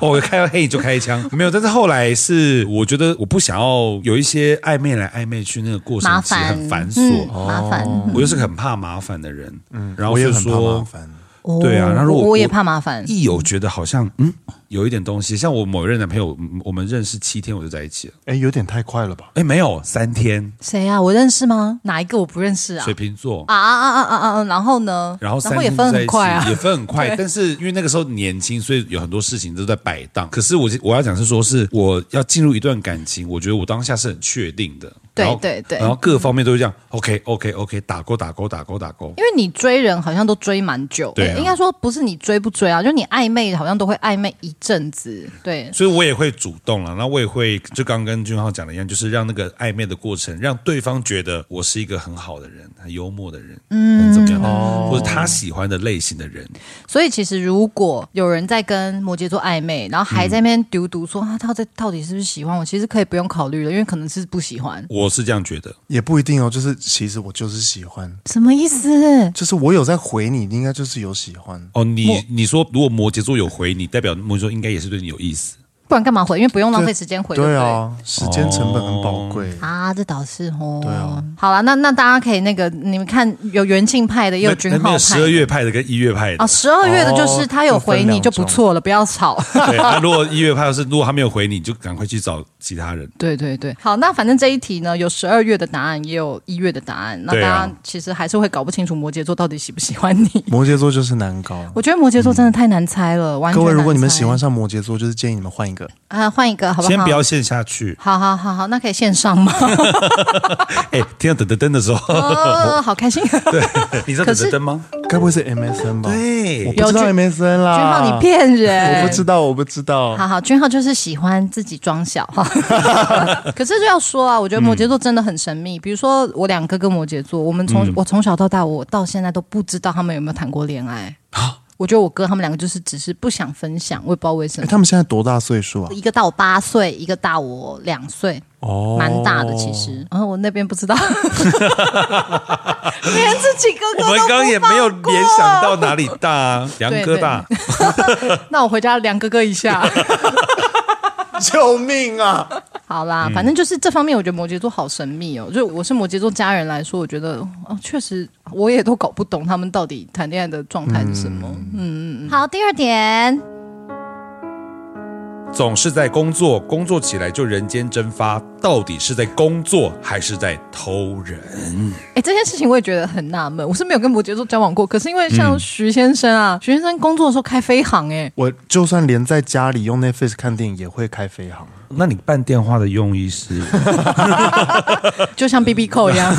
哦我看到黑影就开枪，没有。但是后来是，我觉得我不想要有一些暧昧来暧昧去，那个过麻程其实很烦，繁琐。哦嗯麻烦。我就是个很怕麻烦的人，嗯，然后我也是很怕麻说，烦。哦对啊那如果我我也怕麻烦，一有觉得好像嗯有一点东西，像我某一任男朋友，嗯我们认识七天我就在一起了，哎，有点太快了吧？哎，没有三天，谁啊？我认识吗？哪一个我不认识啊水？瓶座，啊啊啊啊啊啊！然后呢？然后三也天分在一很起快 啊也。分很快。对但是因为那个时候年轻，所以有很多事情都在摆荡。可是我我要讲是说，是我要进入一段感情，我觉得我当下是很确定的。对然后对对然后各方面都是这样，OK OK OK，打勾打勾打勾打勾。因为你追人好像都追蛮久，对啊应该说不是你追不追啊，就是你暧昧好像都会暧昧一阵子，对。所以我也会主动了，那我也会就刚刚跟俊浩讲的一样，就是让那个暧昧的过程，让对方觉得我是一个很好的人，很幽默的人，嗯，很怎么样的人，哦或者他喜欢的类型的人。所以其实如果有人在跟摩羯座暧昧，然后还在那边丢读说、啊，他这到底是不是喜欢我，其实可以不用考虑了，因为可能是不喜欢，我是这样觉得，也不一定哦，就是其实我就是喜欢，什么意思？就是我有在回你，你应该就是有喜欢。哦，你你说如果摩羯座有回你，代表摩羯座应该也是对你有意思。不然干嘛回？因为不用浪费时间回，对不对对？啊，时间成本很宝贵。啊，这倒是哦。对啊，好了，那那大家可以那个，你们看有元庆派的，也有君那那没浩有派十的二月派的跟一月派的。啊，十二月的就是哦他有就分回你两就不种错了，不要吵。 对，那如果一月派的是如果他没有回你，你就赶快去找其他人。对对对，好，那反正这一题呢，有十二月的答案，也有一月的答案。那大对啊家其实还是会搞不清楚摩羯座到底喜不喜欢你。 摩羯座就是难搞。我觉得摩羯座真的太难猜了，完全各难猜。位，如果你们喜欢上摩羯座，就是建议你们换一个。啊，换一个好不好？先不要陷下 去。好好好好，那可以线上 吗？哎，听到噔噔噔的时 候，哦，好开 心。对，你知道可噔是哎噔噔吗？该不会是 MSN 吧？对我不知道有 MSN 啦。君浩，你骗人！我不知道，我不知道。好好，君浩就是喜欢自己装 小哈。可是就要说啊，我觉得摩羯座真的很神嗯秘。比如说我两个跟摩羯座，我们从、我从小到大，我到现在都不知道他们有没有谈过恋爱。啊我觉得我哥他们两个就是只是不想分享，我也不知道为什哎，么。他们现在多大岁数啊？一个大我八岁，一个大我两岁，哦蛮大的其。实。然后、我那边不知道， 连自己哥哥我们都刚刚不也没有放过联想到哪里大啊， 梁哥大。那我回家量哥哥一 下。救命啊！好啦，嗯反正就是这方面，我觉得摩羯座好神秘哦。就我是摩羯座家人来说，我觉得哦，确实我也都搞不懂他们到底谈恋爱的状态是什么。嗯嗯嗯。好，第二点，总是在工作，工作起来就人间蒸发，到底是在工作还是在偷人？哎，这件事情我也觉得很纳闷。我是没有跟摩羯座交往过，可是因为嗯像徐先生啊，徐先生工作的时候开飞航、哎，我就算连在家里用 Netflix 看电影，也会开飞航。那你办电话的用意 是就嗯像 B B 扣一 样。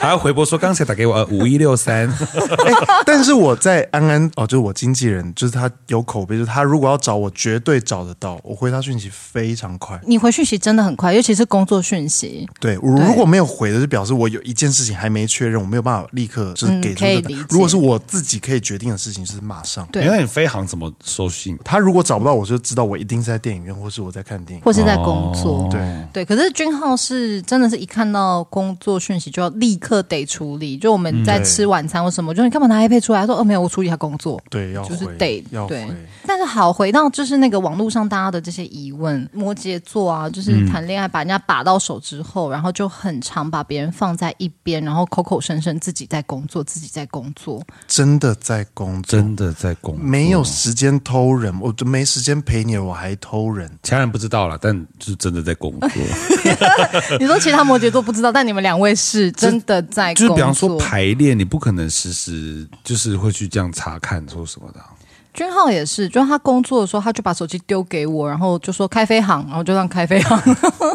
还要回拨说刚才打给我呃五一六 三，哎，但是我在安安哦，就是我经纪人，就是他有口碑，就是他如果要找我，绝对找得到。我回他讯息非常快。你回讯息真的很快，块，尤其是工作讯息。对，我如果没有回的，就表示我有一件事情还没确认，我没有办法立刻就是给出嗯这可以个理解。如果是我自己可以决定的事情，就是马上。对哎那你飞航怎么收信？他如果找不到，我就知道我一定是在电影院，或是我在看电影。或是在工作，哦对，对，可是君浩是真的是一看到工作讯息就要立刻得处理。就我们在嗯对吃晚餐或什么，就你干嘛拿 iPad 出来？他说哦没有，我处理一下工作。对，要回就是得要对回。但是好，回到就是那个网络上大家的这些疑问，摩羯座啊，嗯就是谈恋爱把人家把到手之后，然后就很常把别人放在一边，然后口口声声自己在工作，自己在工作。真的在工作，真的在工作没有时间偷人，我就没时间陪你，我还偷人。其他人不知道啦，但就是真 的在工作， 你说其他摩羯座不知道，但你们两位是真的在工就作。是比方说排练，你不可能时时就是会去这样查看说什么的啊。君浩也是，就是他工作的时候，他就把手机丢给我，然后就说开飞航，然后就让开飞 航，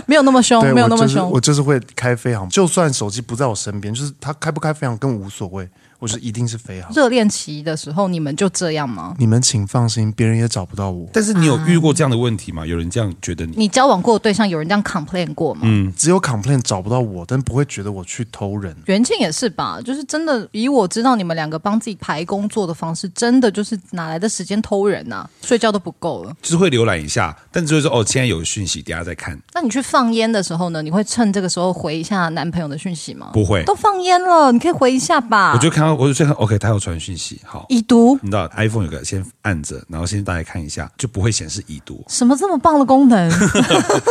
没有那么凶对，，没有我那么就是凶。我就是会开飞航，就算手机不在我身边，就是他开不开飞航更无所谓，我就一定是飞航。热恋期的时候，你们就这样吗？你们请放心，别人也找不到我。但是你有遇过这样的问题吗？有人这样觉得你？你交往过的对象有人这样 complain 过吗？嗯只有 complain 找不到我，但不会觉得我去偷人。元庆也是吧，就是真的，以我知道你们两个帮自己排工作的方式，真的就是哪来的时间偷人呐、睡觉都不够了。就是会浏览一下，但就是说哦，现在有讯息，等一下再看。那你去放烟的时候呢？你会趁这个时候回一下男朋友的讯息吗？不会都啊放烟了，你可以回一下吧。我就看到，我就先看 OK，他有传讯息，好，已读，。你知道 iPhone 有个先按着，然后先大家看一下，就不会显示已读 什么这么棒的功 能？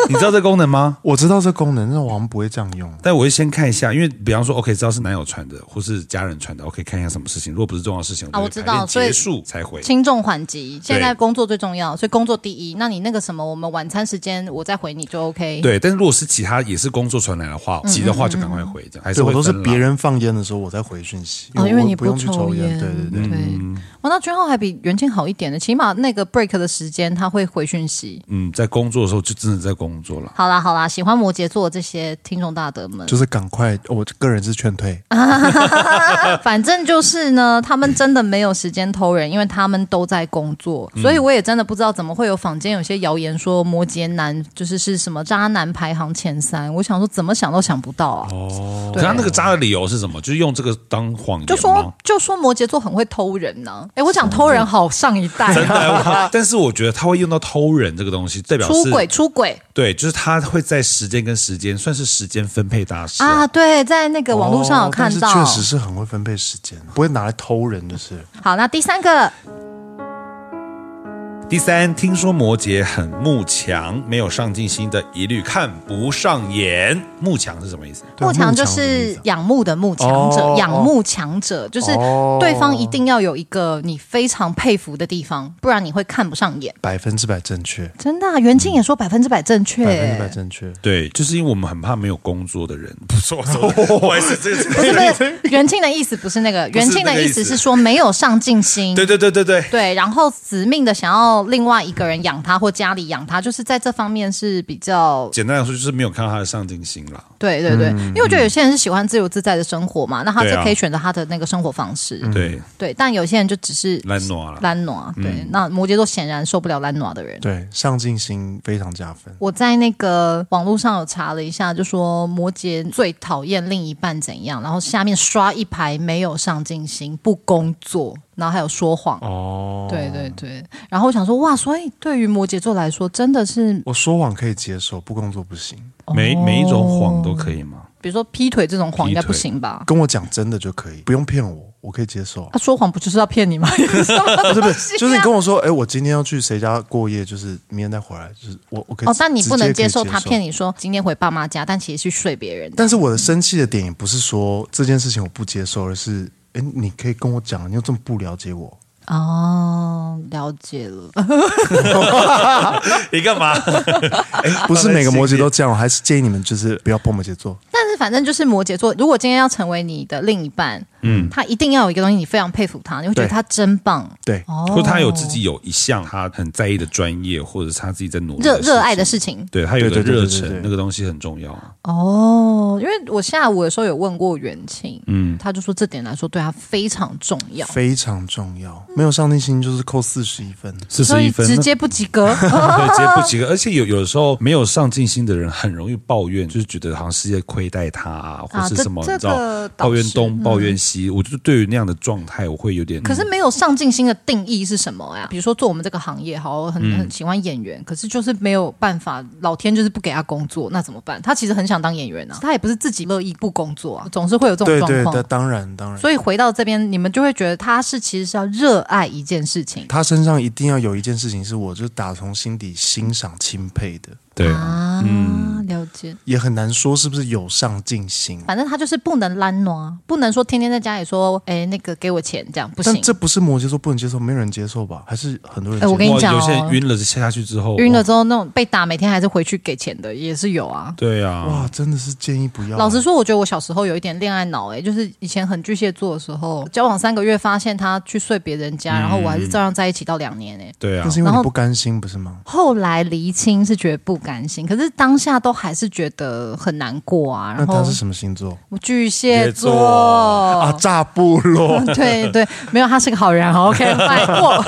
你知道这功能吗？我知道这功能，但我好像不会这样用。但我会先看一下，因为比方说 OK，知道是男友传的或是家人传的，OK，看一下什么事情。如果不是重要的事情，啊就我知排道练所以结束才回。轻重缓急，现在工作最重要，所以工作第一。那你那个什么，我们晚餐时间我再回你就 OK。，对，但是如果是其他也是工作传来的话，嗯急的话就赶快回，这样还是对我会都是分啦别。人放烟的时候，我再回讯息，哦，因为我你不用去抽抽烟，对对对。嗯嗯对。哇，那君浩还比袁静好一点呢，起码那个 break 的时间他会回讯息。嗯，在工作的时候就真的在工作了。好啦好啦，喜欢摩羯座的这些听众大德们，就是赶快，我个人是劝退。啊 反正就是呢，他们真的没有时间偷人，因为他们都在工作，嗯所以我也真的不知道怎么会有坊间有些谣言说摩羯男就是是什么渣男排行前三，我想说怎么想都想不到啊，哦可对是他那个渣的理由是什么？就是用这个当谎言就说吗？就说摩羯座很会偷人呢、诶，我想偷人好上一代真啊、的，但是我觉 得他会用到偷人这个东西，代表出是轨出轨对，就是他会在时间跟时间算是时间分配大师啊啊，对，在那个网络上有看到，哦但是确实是很会分配时间，不会拿来偷人，就是好，那第三个第三，听说摩羯很慕强，没有上进心的一律看不上眼。慕强是什么意思？对啊慕强就什么意是思啊仰慕的慕强者，哦仰慕强者就是哦对方一定要有一个你非常佩服的地方，不然你会看不上眼。百分之百正确，真的、啊，袁静也说百分之百正确、百分之百正确。对，就是因为我们很怕没有工作的人。不是我说，我还是这个。 不是不是，袁庆的意思不是那个，是袁庆那的个意意思思是说没有上进心，对对对对对，对，然后死命的想要另外一个人养他或家里养他，就是在这方面是比较简单来说就是没有看到他的上进心啦。对对对，因为我觉得有些人是喜欢自由自在的生活嘛，那他对就啊嗯可以选择他的那个生活方式，对，对，但有些人就只是懒惰啊啦。嗯懒暖，对，那摩羯座显然受不了懒暖的人。嗯对，上进心非常加分。我在那个网络上有查了一下，就说摩羯最讨厌另一半怎样，然后下面刷一排没有上进心、不工作，然后还有说谎。哦，对对对，然后我想说，哇，所以对于摩羯座来说，真的是，我说谎可以接受，不工作不行，每每一种谎都可以吗？比如说劈腿这种谎应该不劈腿行吧？跟我讲真的就可以，不用骗我，我可以接受啊 他、。说谎不就是要骗你 吗？哦不是不啊是，就是你跟我说，哎，我今天要去谁家过夜，就是明天再回来，就是我我可以。哦，但你不能接接受他骗你。你说今天回爸妈家，但其实去睡别人的。但是我的生气的点也不是说这件事情我不接受，而是，哎，你可以跟我讲，你又这么不了 解我。哦，了解了。哦你干嘛？不是每个摩羯都这样，我还是建议你们就是不要碰摩羯座。但是反正就是摩羯座，如果今天要成为你的另一半，嗯，他一定要有一个东西你非常佩服他，你会觉得对他真棒对，哦，或他有自己有一项他很在意的专业，或者是他自己在努力热热爱的情。事情对他有一个对对对热对对忱对，那个东西很重要。啊哦。哦，因为我下午的时候有问过袁庆，嗯，他就说这点来说对他非常重要，非常重要。没有上进心就是扣四十一分，四所十以一分，直接不及 格。哦对，直接不及格。而且有有的时候没有上进心的人，很容易抱怨，就是觉得好像世界亏待他啊，或啊是这什么，这你知道，个倒抱怨是嗯东、抱怨西。我就对于那样的状态，我会有点。可是没有上进心的定义是什么呀？比如说做我们这个行业，好很嗯很喜欢演员，可是就是没有办法，老天就是不给他工作，那怎么办？他其实很想当演员啊，他也不是自己乐意不工作啊，总是会有这种对状对况对，。当然当然。所以回到这边，你们就会觉得他是其实是要热爱一件事情他身上一定要有一件事情是我就是打从心底欣赏钦佩的，对，啊，嗯了解。也很难说是不是有上进心。反正他就是不能懒惰，啊不能说天天在家里说，哎，那个给我钱，这样不但行。这不是摩羯座不能接受，没有人接受吧？还是很多人接哎受？我跟你哇，讲有些哦人晕了下去之后，晕了哦哇之后，那种被打，每天还是回去给钱的也是有啊。对啊，哇，真的是建议不要。老实说，我觉得我小时候有一点恋爱脑，哎，就是以前很巨蟹座的时候，交往三个月发现他去睡别人嗯家，然后我还是照样在一起到两年，哎。对啊那，是因为然后你不甘心，不是吗？后来厘清是觉得不甘心，可是当下都还是觉得很难过啊。那然他后呃是什么星座我巨蟹蟹座座，啊？炸部落 对对，没有，他是个好人好，OK，拜过。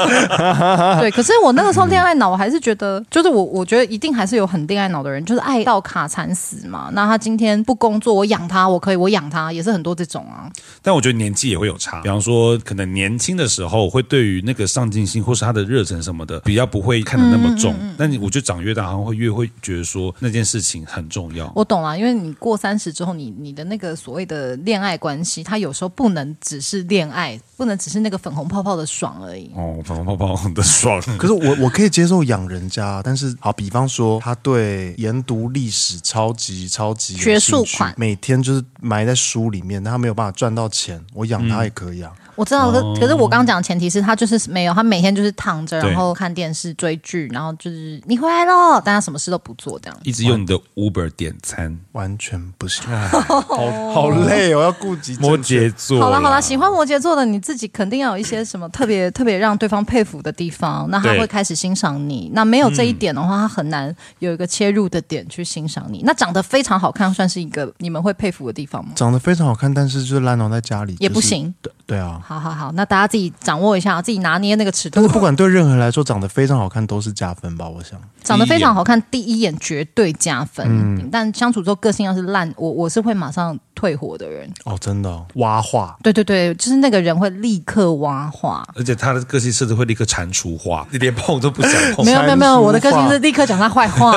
对，可是我那个时候恋爱脑，我还是觉得，就是我我觉得一定还是有很恋爱脑的人，就是爱到卡惨死嘛。那他今天不工作，我养他，我可以，我养他也是很多这种啊。但我觉得年纪也会有差。比方说，可能年轻的时候会对于那个上进心或是他的热忱什么的，比较不会看得那么嗯重。但你我觉得长越大，好像会越会觉得说那件事情很重要。我懂啦，因为你过三十之后，你你的那个所谓的恋爱关系，它有时候不能只是恋爱，不能只是那个粉红泡泡的爽而已。哦，泡泡泡泡的 爽，可是我我可以接受养人家，但是好，比方说他对研读历史超级超级有学术兴趣款每天就是埋在书里面，但他没有办法赚到钱，我养嗯他也可以啊。我知道，可可是我刚刚讲的前提是他就是没有，他每天就是躺着，哦对然后看电视、追剧，然后就是你回来喽，但他什么事都不做这样。一直用你的 Uber 点餐。完全不 行，好好累哦，要顾及摩正确羯座，哎好了好了，喜欢摩羯座的你自己肯定要有一些什么特别 特别让对方佩服的地方，那他对会开始欣赏你。那没有这一点的话，他很难有一个切入的点去欣赏你。那长得非常好看，算是一个你们会佩服的地方吗？长得非常好看，但是就是烂脑在家里也不。就是行。对对啊，好好好，那大家自己掌握一下，自己拿捏那个尺但度是。不管对任何人来说，长得非常好看都是加分吧？我想，长得非常好看，第一眼绝对加分。但相处之后个性要是烂，我我是会马上退火的人。哦，真的哦挖话，对对对，就是那个人会立刻挖话。而且他的个性设置会立刻蟾蜍化， 你连碰都不想碰没。有没有没阐有，述我的个性话是立刻讲他坏话。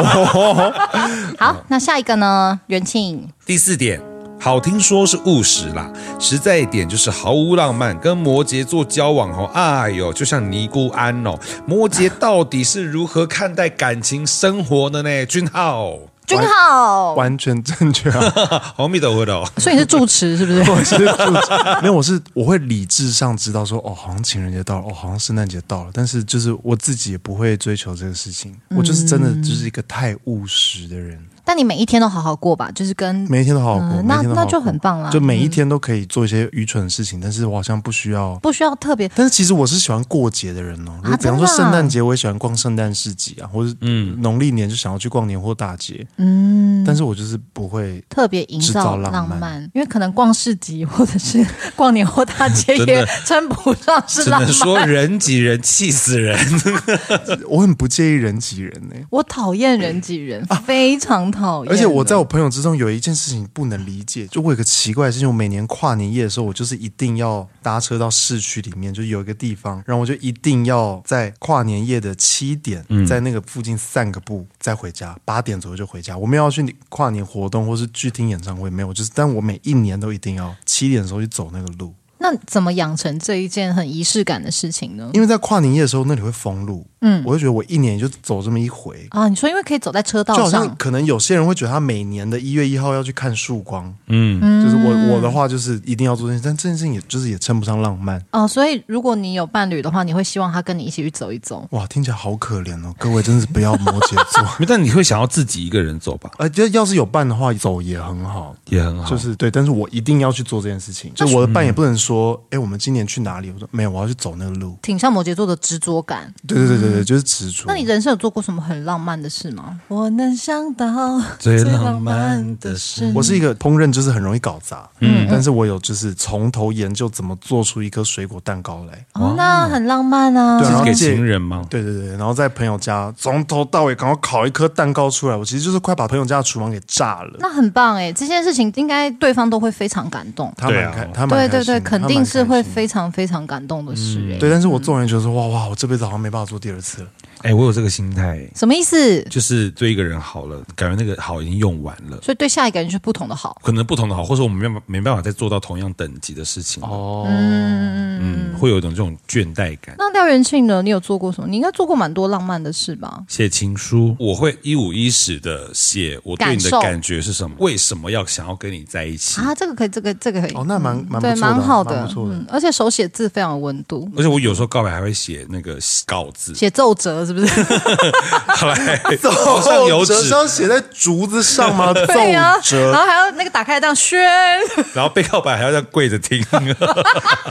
好，那下一个呢？元庆，第四点，好听说是务实啦，实在一点就是毫无浪漫。跟摩羯座交往哦，哎呦，就像尼姑庵哦，摩羯到底是如何看待感情生活的呢？君浩，君浩，完全正确 啊！红米豆的哦，所以你是住持是不 是？我是没有，我是我会理智上知道说，哦，好像情人节到了，哦，好像圣诞节到了，但是就是我自己也不会追求这个事情，嗯我就是真的就是一个太务实的人，但你每一天都好好过吧，就是跟每一天都好好过，嗯，每一那天都好那好就过很棒啦，嗯就每一天都可以做一些愚蠢的事情，但是我好像不需要不需要特别。但是其实我是喜欢过节的人哦，啊如果比方真的说啊圣诞节，我也喜欢逛圣诞市集啊，或者嗯农历年就想要去逛年货大街。嗯，但是我就是不会，特别营制造造浪浪漫因为可能逛市集或者是逛年货大街真的也称不上 是只浪能漫。说人挤人，气死人。我很不介意人挤人欸呢、我讨厌人挤人，非常讨厌。啊而且我在我朋友之中有一件事情不能理解，就我有一个奇怪的事情，我每年跨年夜的时候，我就是一定要搭车到市区里面，就有一个地方，然后我就一定要在跨年夜的七点，在那个附近散个步，再回家，八点左右就回家。我没有要去跨年活动或是去听演唱会，没有，我就是，但我每一年都一定要七点的时候去走那个路。那怎么养成这一件很仪式感的事情呢？因为在跨年夜的时候，那里会封路，嗯嗯，我就觉得我一年也就走这么一回，啊，你说因为可以走在车就道好像上，可能有些人会觉得他每年的一月一号要去看曙光，嗯，，就是我我的话就是一定要做这件事，但这件事情也就是也称不上浪漫。哦，所以如果你有伴侣的话，你会希望他跟你一起去走一走。哇，听起来好可怜 哦，各位真的是不要摩羯座 但你会想要自己一个人走吧，呃，就要是有伴的话，走也很好。也很好。就是对，但是我一定要去做这件事情。就我的伴也不能说，哎、我们今年去哪里？我说没有，我要去走那个路。挺像摩羯座的执着感。对对对对对，就是执着。嗯那你人生有做过什么很浪漫的事吗？我能想到最浪漫的事，我是一个烹饪就是很容易搞砸，嗯，但是我有就是从头研究怎么做出一颗水果蛋糕来。哦，那很浪漫啊。对啊然是后给借情人吗？对对对，然后在朋友家从头到尾赶快烤一颗蛋糕出来，我其实就是快把朋友家的厨房给炸了。那很棒哎、这件事情应该对方都会非常感动。他蛮对开啊，他蛮对开对心对，他肯蛮定是开会心非常非常感动的事哎、对，但是我纵然觉得说，哇哇，我这辈子好像没办法做第二次了。哎，我有这个心态，什么意思？就是对一个人好了，感觉那个好已经用完了。所以对下一个人是不同的好。可能不同的好，或者我们没办法没办法再做到同样等级的事情，哦，嗯，会有一种这种倦怠感。那廖元庆呢？你有做过什么？你应该做过蛮多浪漫的事吧？写情书，我会一五一十的写我对你的感受感觉是什么，为什么要想要跟你在一起，啊，这个可以，这个这个可以，哦，那蛮蛮不错对，的，蛮好蛮不错的。嗯，而且手写字非常有温度，而且我有时候告白还会写那个稿子，写奏折是不是？ 后来 奏头上哎有纸折，是要写在竹子上吗？奏对啊呀、然折后还要那个打开这样宣， 然后被告白还要这样跪着 听，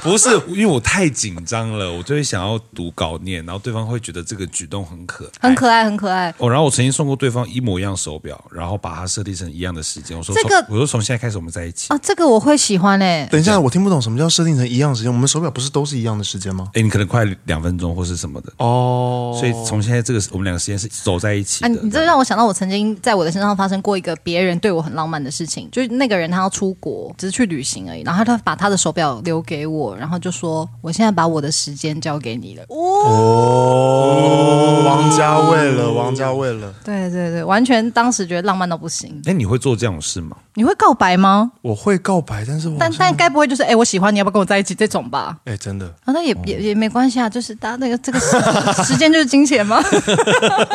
不是因为我太紧张了，我就会想要读稿念，然后对方会觉得这个举动很可爱，很可哎爱，很可爱。哦，然后我曾经送过对方一模一样手表，然后把它设定成一样的时间。我说这个从我说从现在开始我们在一起。啊，这个我会喜欢欸诶、等一下，我听不懂什么叫设定成一样时间。我们手表不是都是一样的时间吗？哎，你可能快两分钟或是什么的，哦，所以从现在这个我们两个时间是走在一起啊，的。你你这让我想到我曾经在我的身上发生过一个别人对我很浪漫的事情，就是那个人他要出国，只是去旅行而已，然后他把他的手表留给我，然后就说我现在把我的时间交给你了。哦，王家卫了，王家卫了。对对对，完全当时觉得浪漫到不行。哎，你会做这种事吗？你会告白吗？我会告白，但是我好但像但该不会就是哎、我喜欢你，要不要跟我在一起这种吧？哎，真的啊，那也也也没关系啊，就是大家那个这个 时时间就是金钱嘛。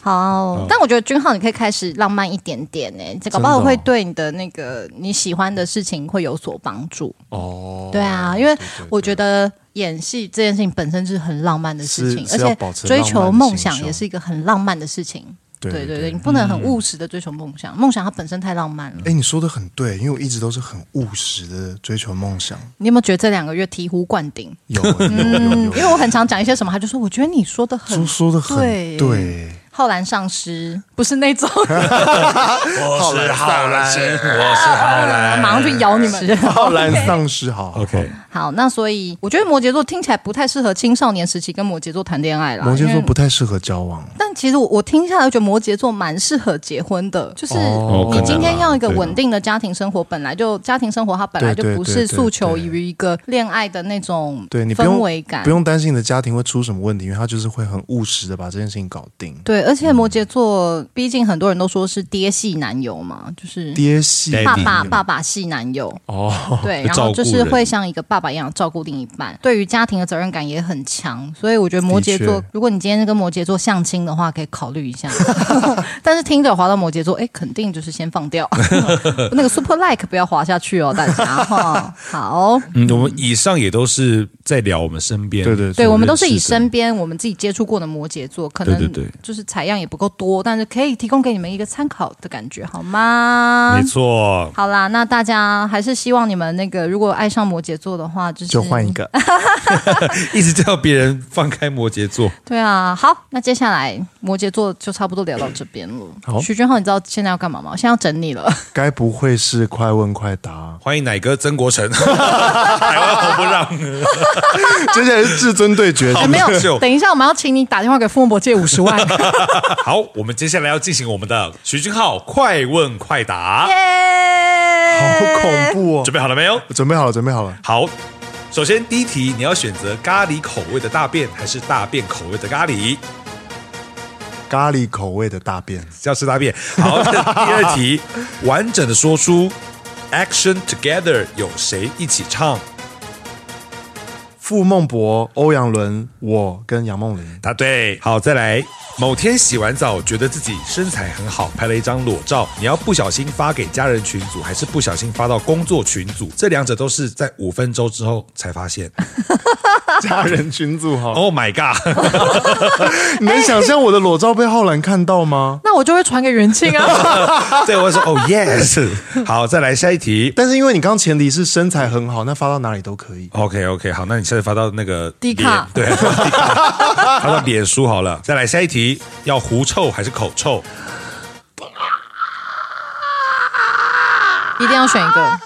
好，但我觉得君浩，你可以开始浪漫一点点呢、这搞不好真的哦会对你的那个你喜欢的事情会有所帮助。哦，对啊，因为对对我觉得演戏这件事情本身就是很浪漫的事是情，是而要且保持追浪漫求的梦心想胸也是一个很浪漫的事情。对对对对，你不能很务实的追求梦想，梦想它本身太浪漫了。哎，你说的很对，因为我一直都是很务实的追求梦想。你有没有觉得这两个月醍醐灌顶？有有有有，嗯，因为我很常讲一些什么，他就说我觉得你说的很说 说的很对对，浩然丧尸，不是那 种 我是浩然我是浩然马上去咬你们。浩然丧尸好。好 OK，好，那所以我觉得摩羯座听起来不太适合青少年时期跟摩羯座谈恋爱啦。摩羯因座为，不太适合交往，但其实我我听下来觉得摩羯座蛮适合结婚的，就是哦你今天要一个可能啦稳定的家庭生活，本来就家庭生活它本来就对对不对是对诉求对于一个恋爱的那种对你不氛用围感不。用担心你的家庭会出什么问题，因为他就是会很务实的把这件事情搞定。对，而且摩羯座，毕竟很多人都说是爹系男友嘛，就是爹系爸爸 Daddy 爸爸系男友，哦，对，就然后照顾就是人会像一个爸爸一样照顾另一半，对于家庭的责任感也很强，所以我觉得摩羯座的确，如果你今天跟摩羯座相亲的话，可以考虑 一下。 但是听着滑到摩羯座，哎，肯定就是先 放掉那个 super like 不要滑下去哦，大家 哈。好，嗯，我们以上也都是在聊我们身边，对对对我们都是以认识的身边我们自己接触过的摩羯座，可能对对对就是采样也不够多，但是可以提供给你们一个参考的感觉，好吗？没错， 好啦，那大家还是希望你们那个，如果爱上摩羯座的话，就是就换一个。嗯一直叫别人放开摩羯座，？对啊，好，那接下来摩羯座就差不多聊到这边了。好徐君浩，你知道现在要干嘛吗？现在要整理了。该不会是快问快答欢迎奶哥曾国成， 台湾我不让，接下来是至尊 对决，好没有，就等一下我们要请你打电话给傅文博借五十 万。好，我们接下来要进行我们的徐君浩快问快答，好恐怖哦！准备好了没有？准备好了，准备好了。好，首先第一题，你要选择咖喱口味的大便还是大便口味的咖喱？咖喱口味的大便，要吃大便。好，第二题，完整的说出 “Action Together” 有谁一起唱？傅孟博、欧阳伦，我跟杨梦 玲。答对。好，再来。某天洗完澡，觉得自己身材很好，拍了一张裸照。你要不小心发给家人群组，还是不小心发到工作群组？这两者都是在五分钟之后才发现。家人群组好， Oh my god！ 你能想象我的裸照被浩然看到吗？那我就会传给元庆啊。 对，我说 Oh yes。好，再来下一题。但是因为你刚刚前提是身材很好，那发到哪里都可以。 OK OK，好，那你下次发到那个迪卡脸对，迪卡发到脸书好了。再来下一题，要狐臭还是口臭？一定要选一个，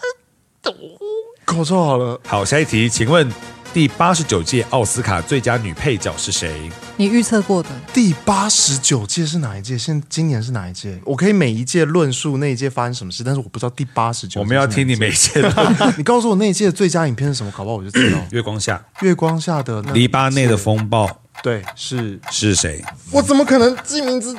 口臭好了，好，下一题，请问第八十九届奥斯卡最佳女配角是谁？你预 测过的。第八十九届是哪一届？现今年是哪一届？我可以每一届论述那一届发生什么事，但是我不知道第八十九。我们要听你每一届的你告诉我那一届的最佳影片是什么，搞不好我就知道。 月光下，月光下的那黎巴内的风暴对是，是谁？我怎么可能记名字？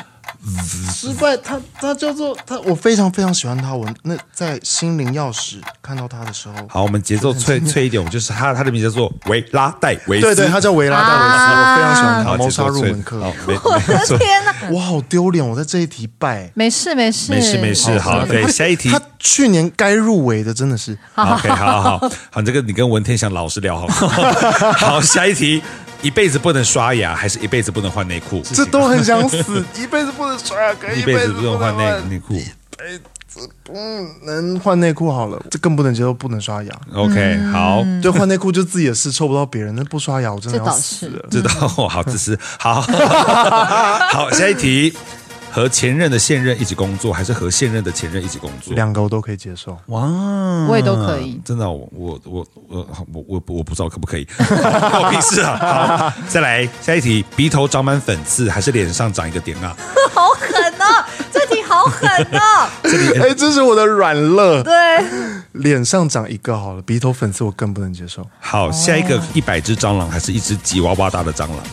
失败，他他叫做他，我非常非常喜欢他。我那在心灵钥匙看到他的时候，好，我们节奏 脆脆一点，我就是他，他的名字叫做维拉戴维斯。对对，他叫维拉戴维斯，啊我非常喜欢他。好，谋节杀奏入脆门课，好，没没错，天哪、啊我好丢脸，我在这一题败。没事没事没事没事，好，对，下一题。他去年该入围的真的是 OK，好好好，好，这个你跟文天祥老师聊好 了。好，下一题，一辈子不能刷牙，还是一辈子不能换内裤？这都很想 死，一辈子不能刷牙，可以一一辈辈子子不不能能换换内内裤。嗯能换内裤好了，这更不能接受，不能刷牙。 OK，好，嗯对，换内裤就自己的事，臭不到别人。那不刷牙，我真的这要倒死是了。知道， 好自私。好， 好，下一题，和前任的现任一起工作，还是和现任的前任一起工作？两个我都可以接受。哇，嗯我也都可以真的，我我我我我我我不知道可不可以， 关我屁事啊！好，再来下一题，鼻头长满粉刺，还是脸上长一个点啊？好狠哦，这题好狠 哦， 哎，这是我的软肋，对，脸上长一个好了，鼻头粉刺我更不能接受。哦好，下一个一百只蟑螂，还是一只吉娃娃大的蟑螂？呃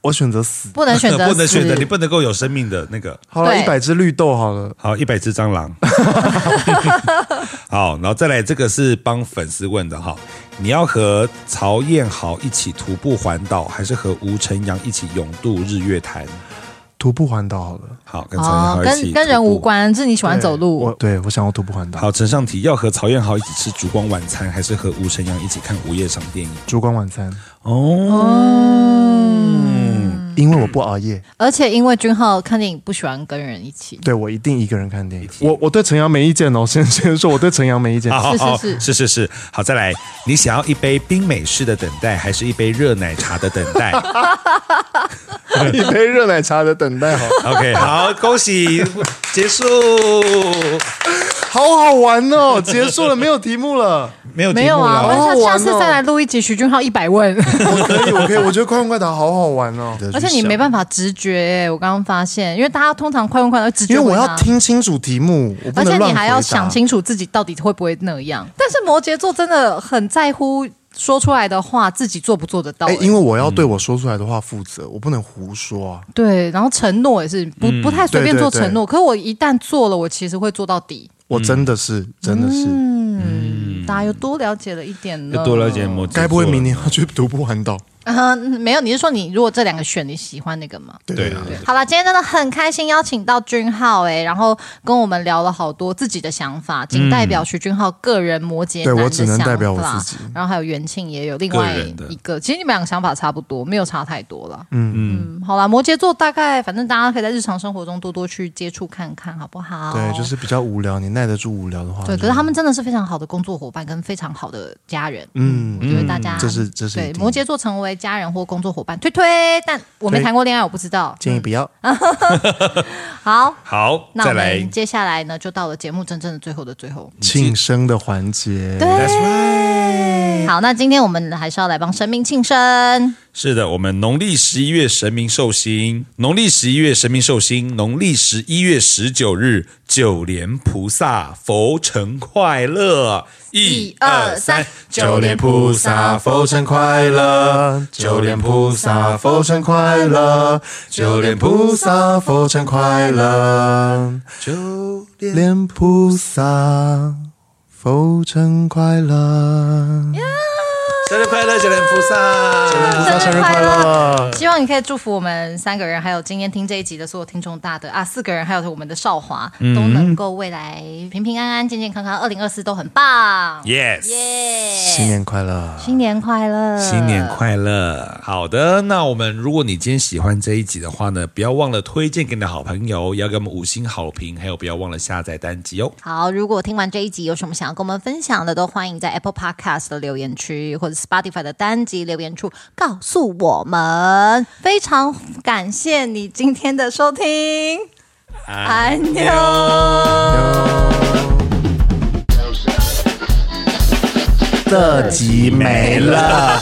我选择死。不能选择，不能选择，你。不能够有生命的那个。好了，对一百只绿豆好了，好，一百只蟑 螂。好，然后再来，这个是帮粉丝问的哈。你要和曹彦豪一起徒步环岛，还是和吴晨阳一起勇渡日月潭？徒步环岛好了。好，跟曹彦哦豪，一起、跟跟人无。关，是你喜欢走对我路。对我想要徒步环岛。好，陈上题要和曹彦豪一起吃烛光晚餐，还是和吴晨阳一起看午夜场电影？烛光晚餐，哦，因为我不熬夜，而且因为君浩看电影不喜欢跟人一起，对我一定一啊个人看电影。我我对陈阳没意见哦，先先说我对陈阳没意见。 好好好 是是 是是是好，再来，你想要一杯冰美式的等待，还是一杯热奶茶的等 待？一杯热奶茶的等待好，哦 OK，好，恭喜结束， 好好玩哦！结束了，没有题目了。没有题没有目啊？了。哦好好我下下玩次哦再来录一集徐俊浩一百问， 我可以，我可以，我觉得快问快答好好玩 哦。 而且你没办法直觉、欸，我刚刚发现，因为大家通常快问快答会直觉因为我问要啊听清楚题目，我不而能且乱你还要回答想。清楚自己到底会不会那样。但是摩羯座真的很在乎说出来的话，自己做不做得到、哎，欸因为我要对我说出来的话负责，我不能胡说啊。对，然后承诺也是嗯不、不太随便对对做承诺，可是我一旦做了，我其实会做到底。我真的是，真的是，嗯，大家又多了解了一点了，要多了解摩羯座，哦该不会明年要去徒步环岛？啊、没有，你是说你如果这两个选，你喜欢哪个吗？对啊？好了，今天真的很开心，邀请到君浩哎、然后跟我们聊了好多自己的想法，仅代表徐君浩个人摩羯男嗯对我的只想法，能代表我自己然后还有袁庆也有另外个人的一个，其实你们两个想法差不多，没有差太多了。嗯嗯，好啦，摩羯座大概反正大家可以在日常生活中多多去接触看看，好不好？对，就是比较无聊，你耐得住无聊的话，嗯对，就可是他们真的是非常好的工作伙伴跟非常好的家人。嗯我，觉得大家、这是这是一对定摩羯座成为家人或工作伙伴，推推，但我没推谈过恋爱，我不知道。嗯建议不要。啊好，好，那再我来们接下来呢，就到了节目真正的最后的最后。庆生的环节， ，That's right。好，那今天我们还是要来帮神明庆生。是的，我们农历十一月神明寿星，农历十一月神明寿星，农历十一月十九日九莲菩萨佛成快乐，一二三九莲菩萨啊佛成快乐，九莲菩萨佛成快乐，九莲菩萨佛成快乐，九莲。莲菩萨佛成快乐。生日快乐，九连菩萨！菩萨生日快乐！希望你可以祝福我们三个人，还有今天听这一集的所有听众大德啊，四个人，还有我们的少华，嗯都能够未来平平安安、健健康康，二零二四都很棒， Yes，新耶！年快乐！新年快乐，新年快乐！好的，那我们如果你今天喜欢这一集的话呢，不要忘了推荐给你的好朋友，也要给我们五星好评，还有不要忘了下载单集哦。好，如果听完这一集有什么想要跟我们分享的，都欢迎在 Apple Podcast 的留言区或者 Spotify 的单集留言处告诉我们。非常感谢你今天的收听，安妞。这集没了。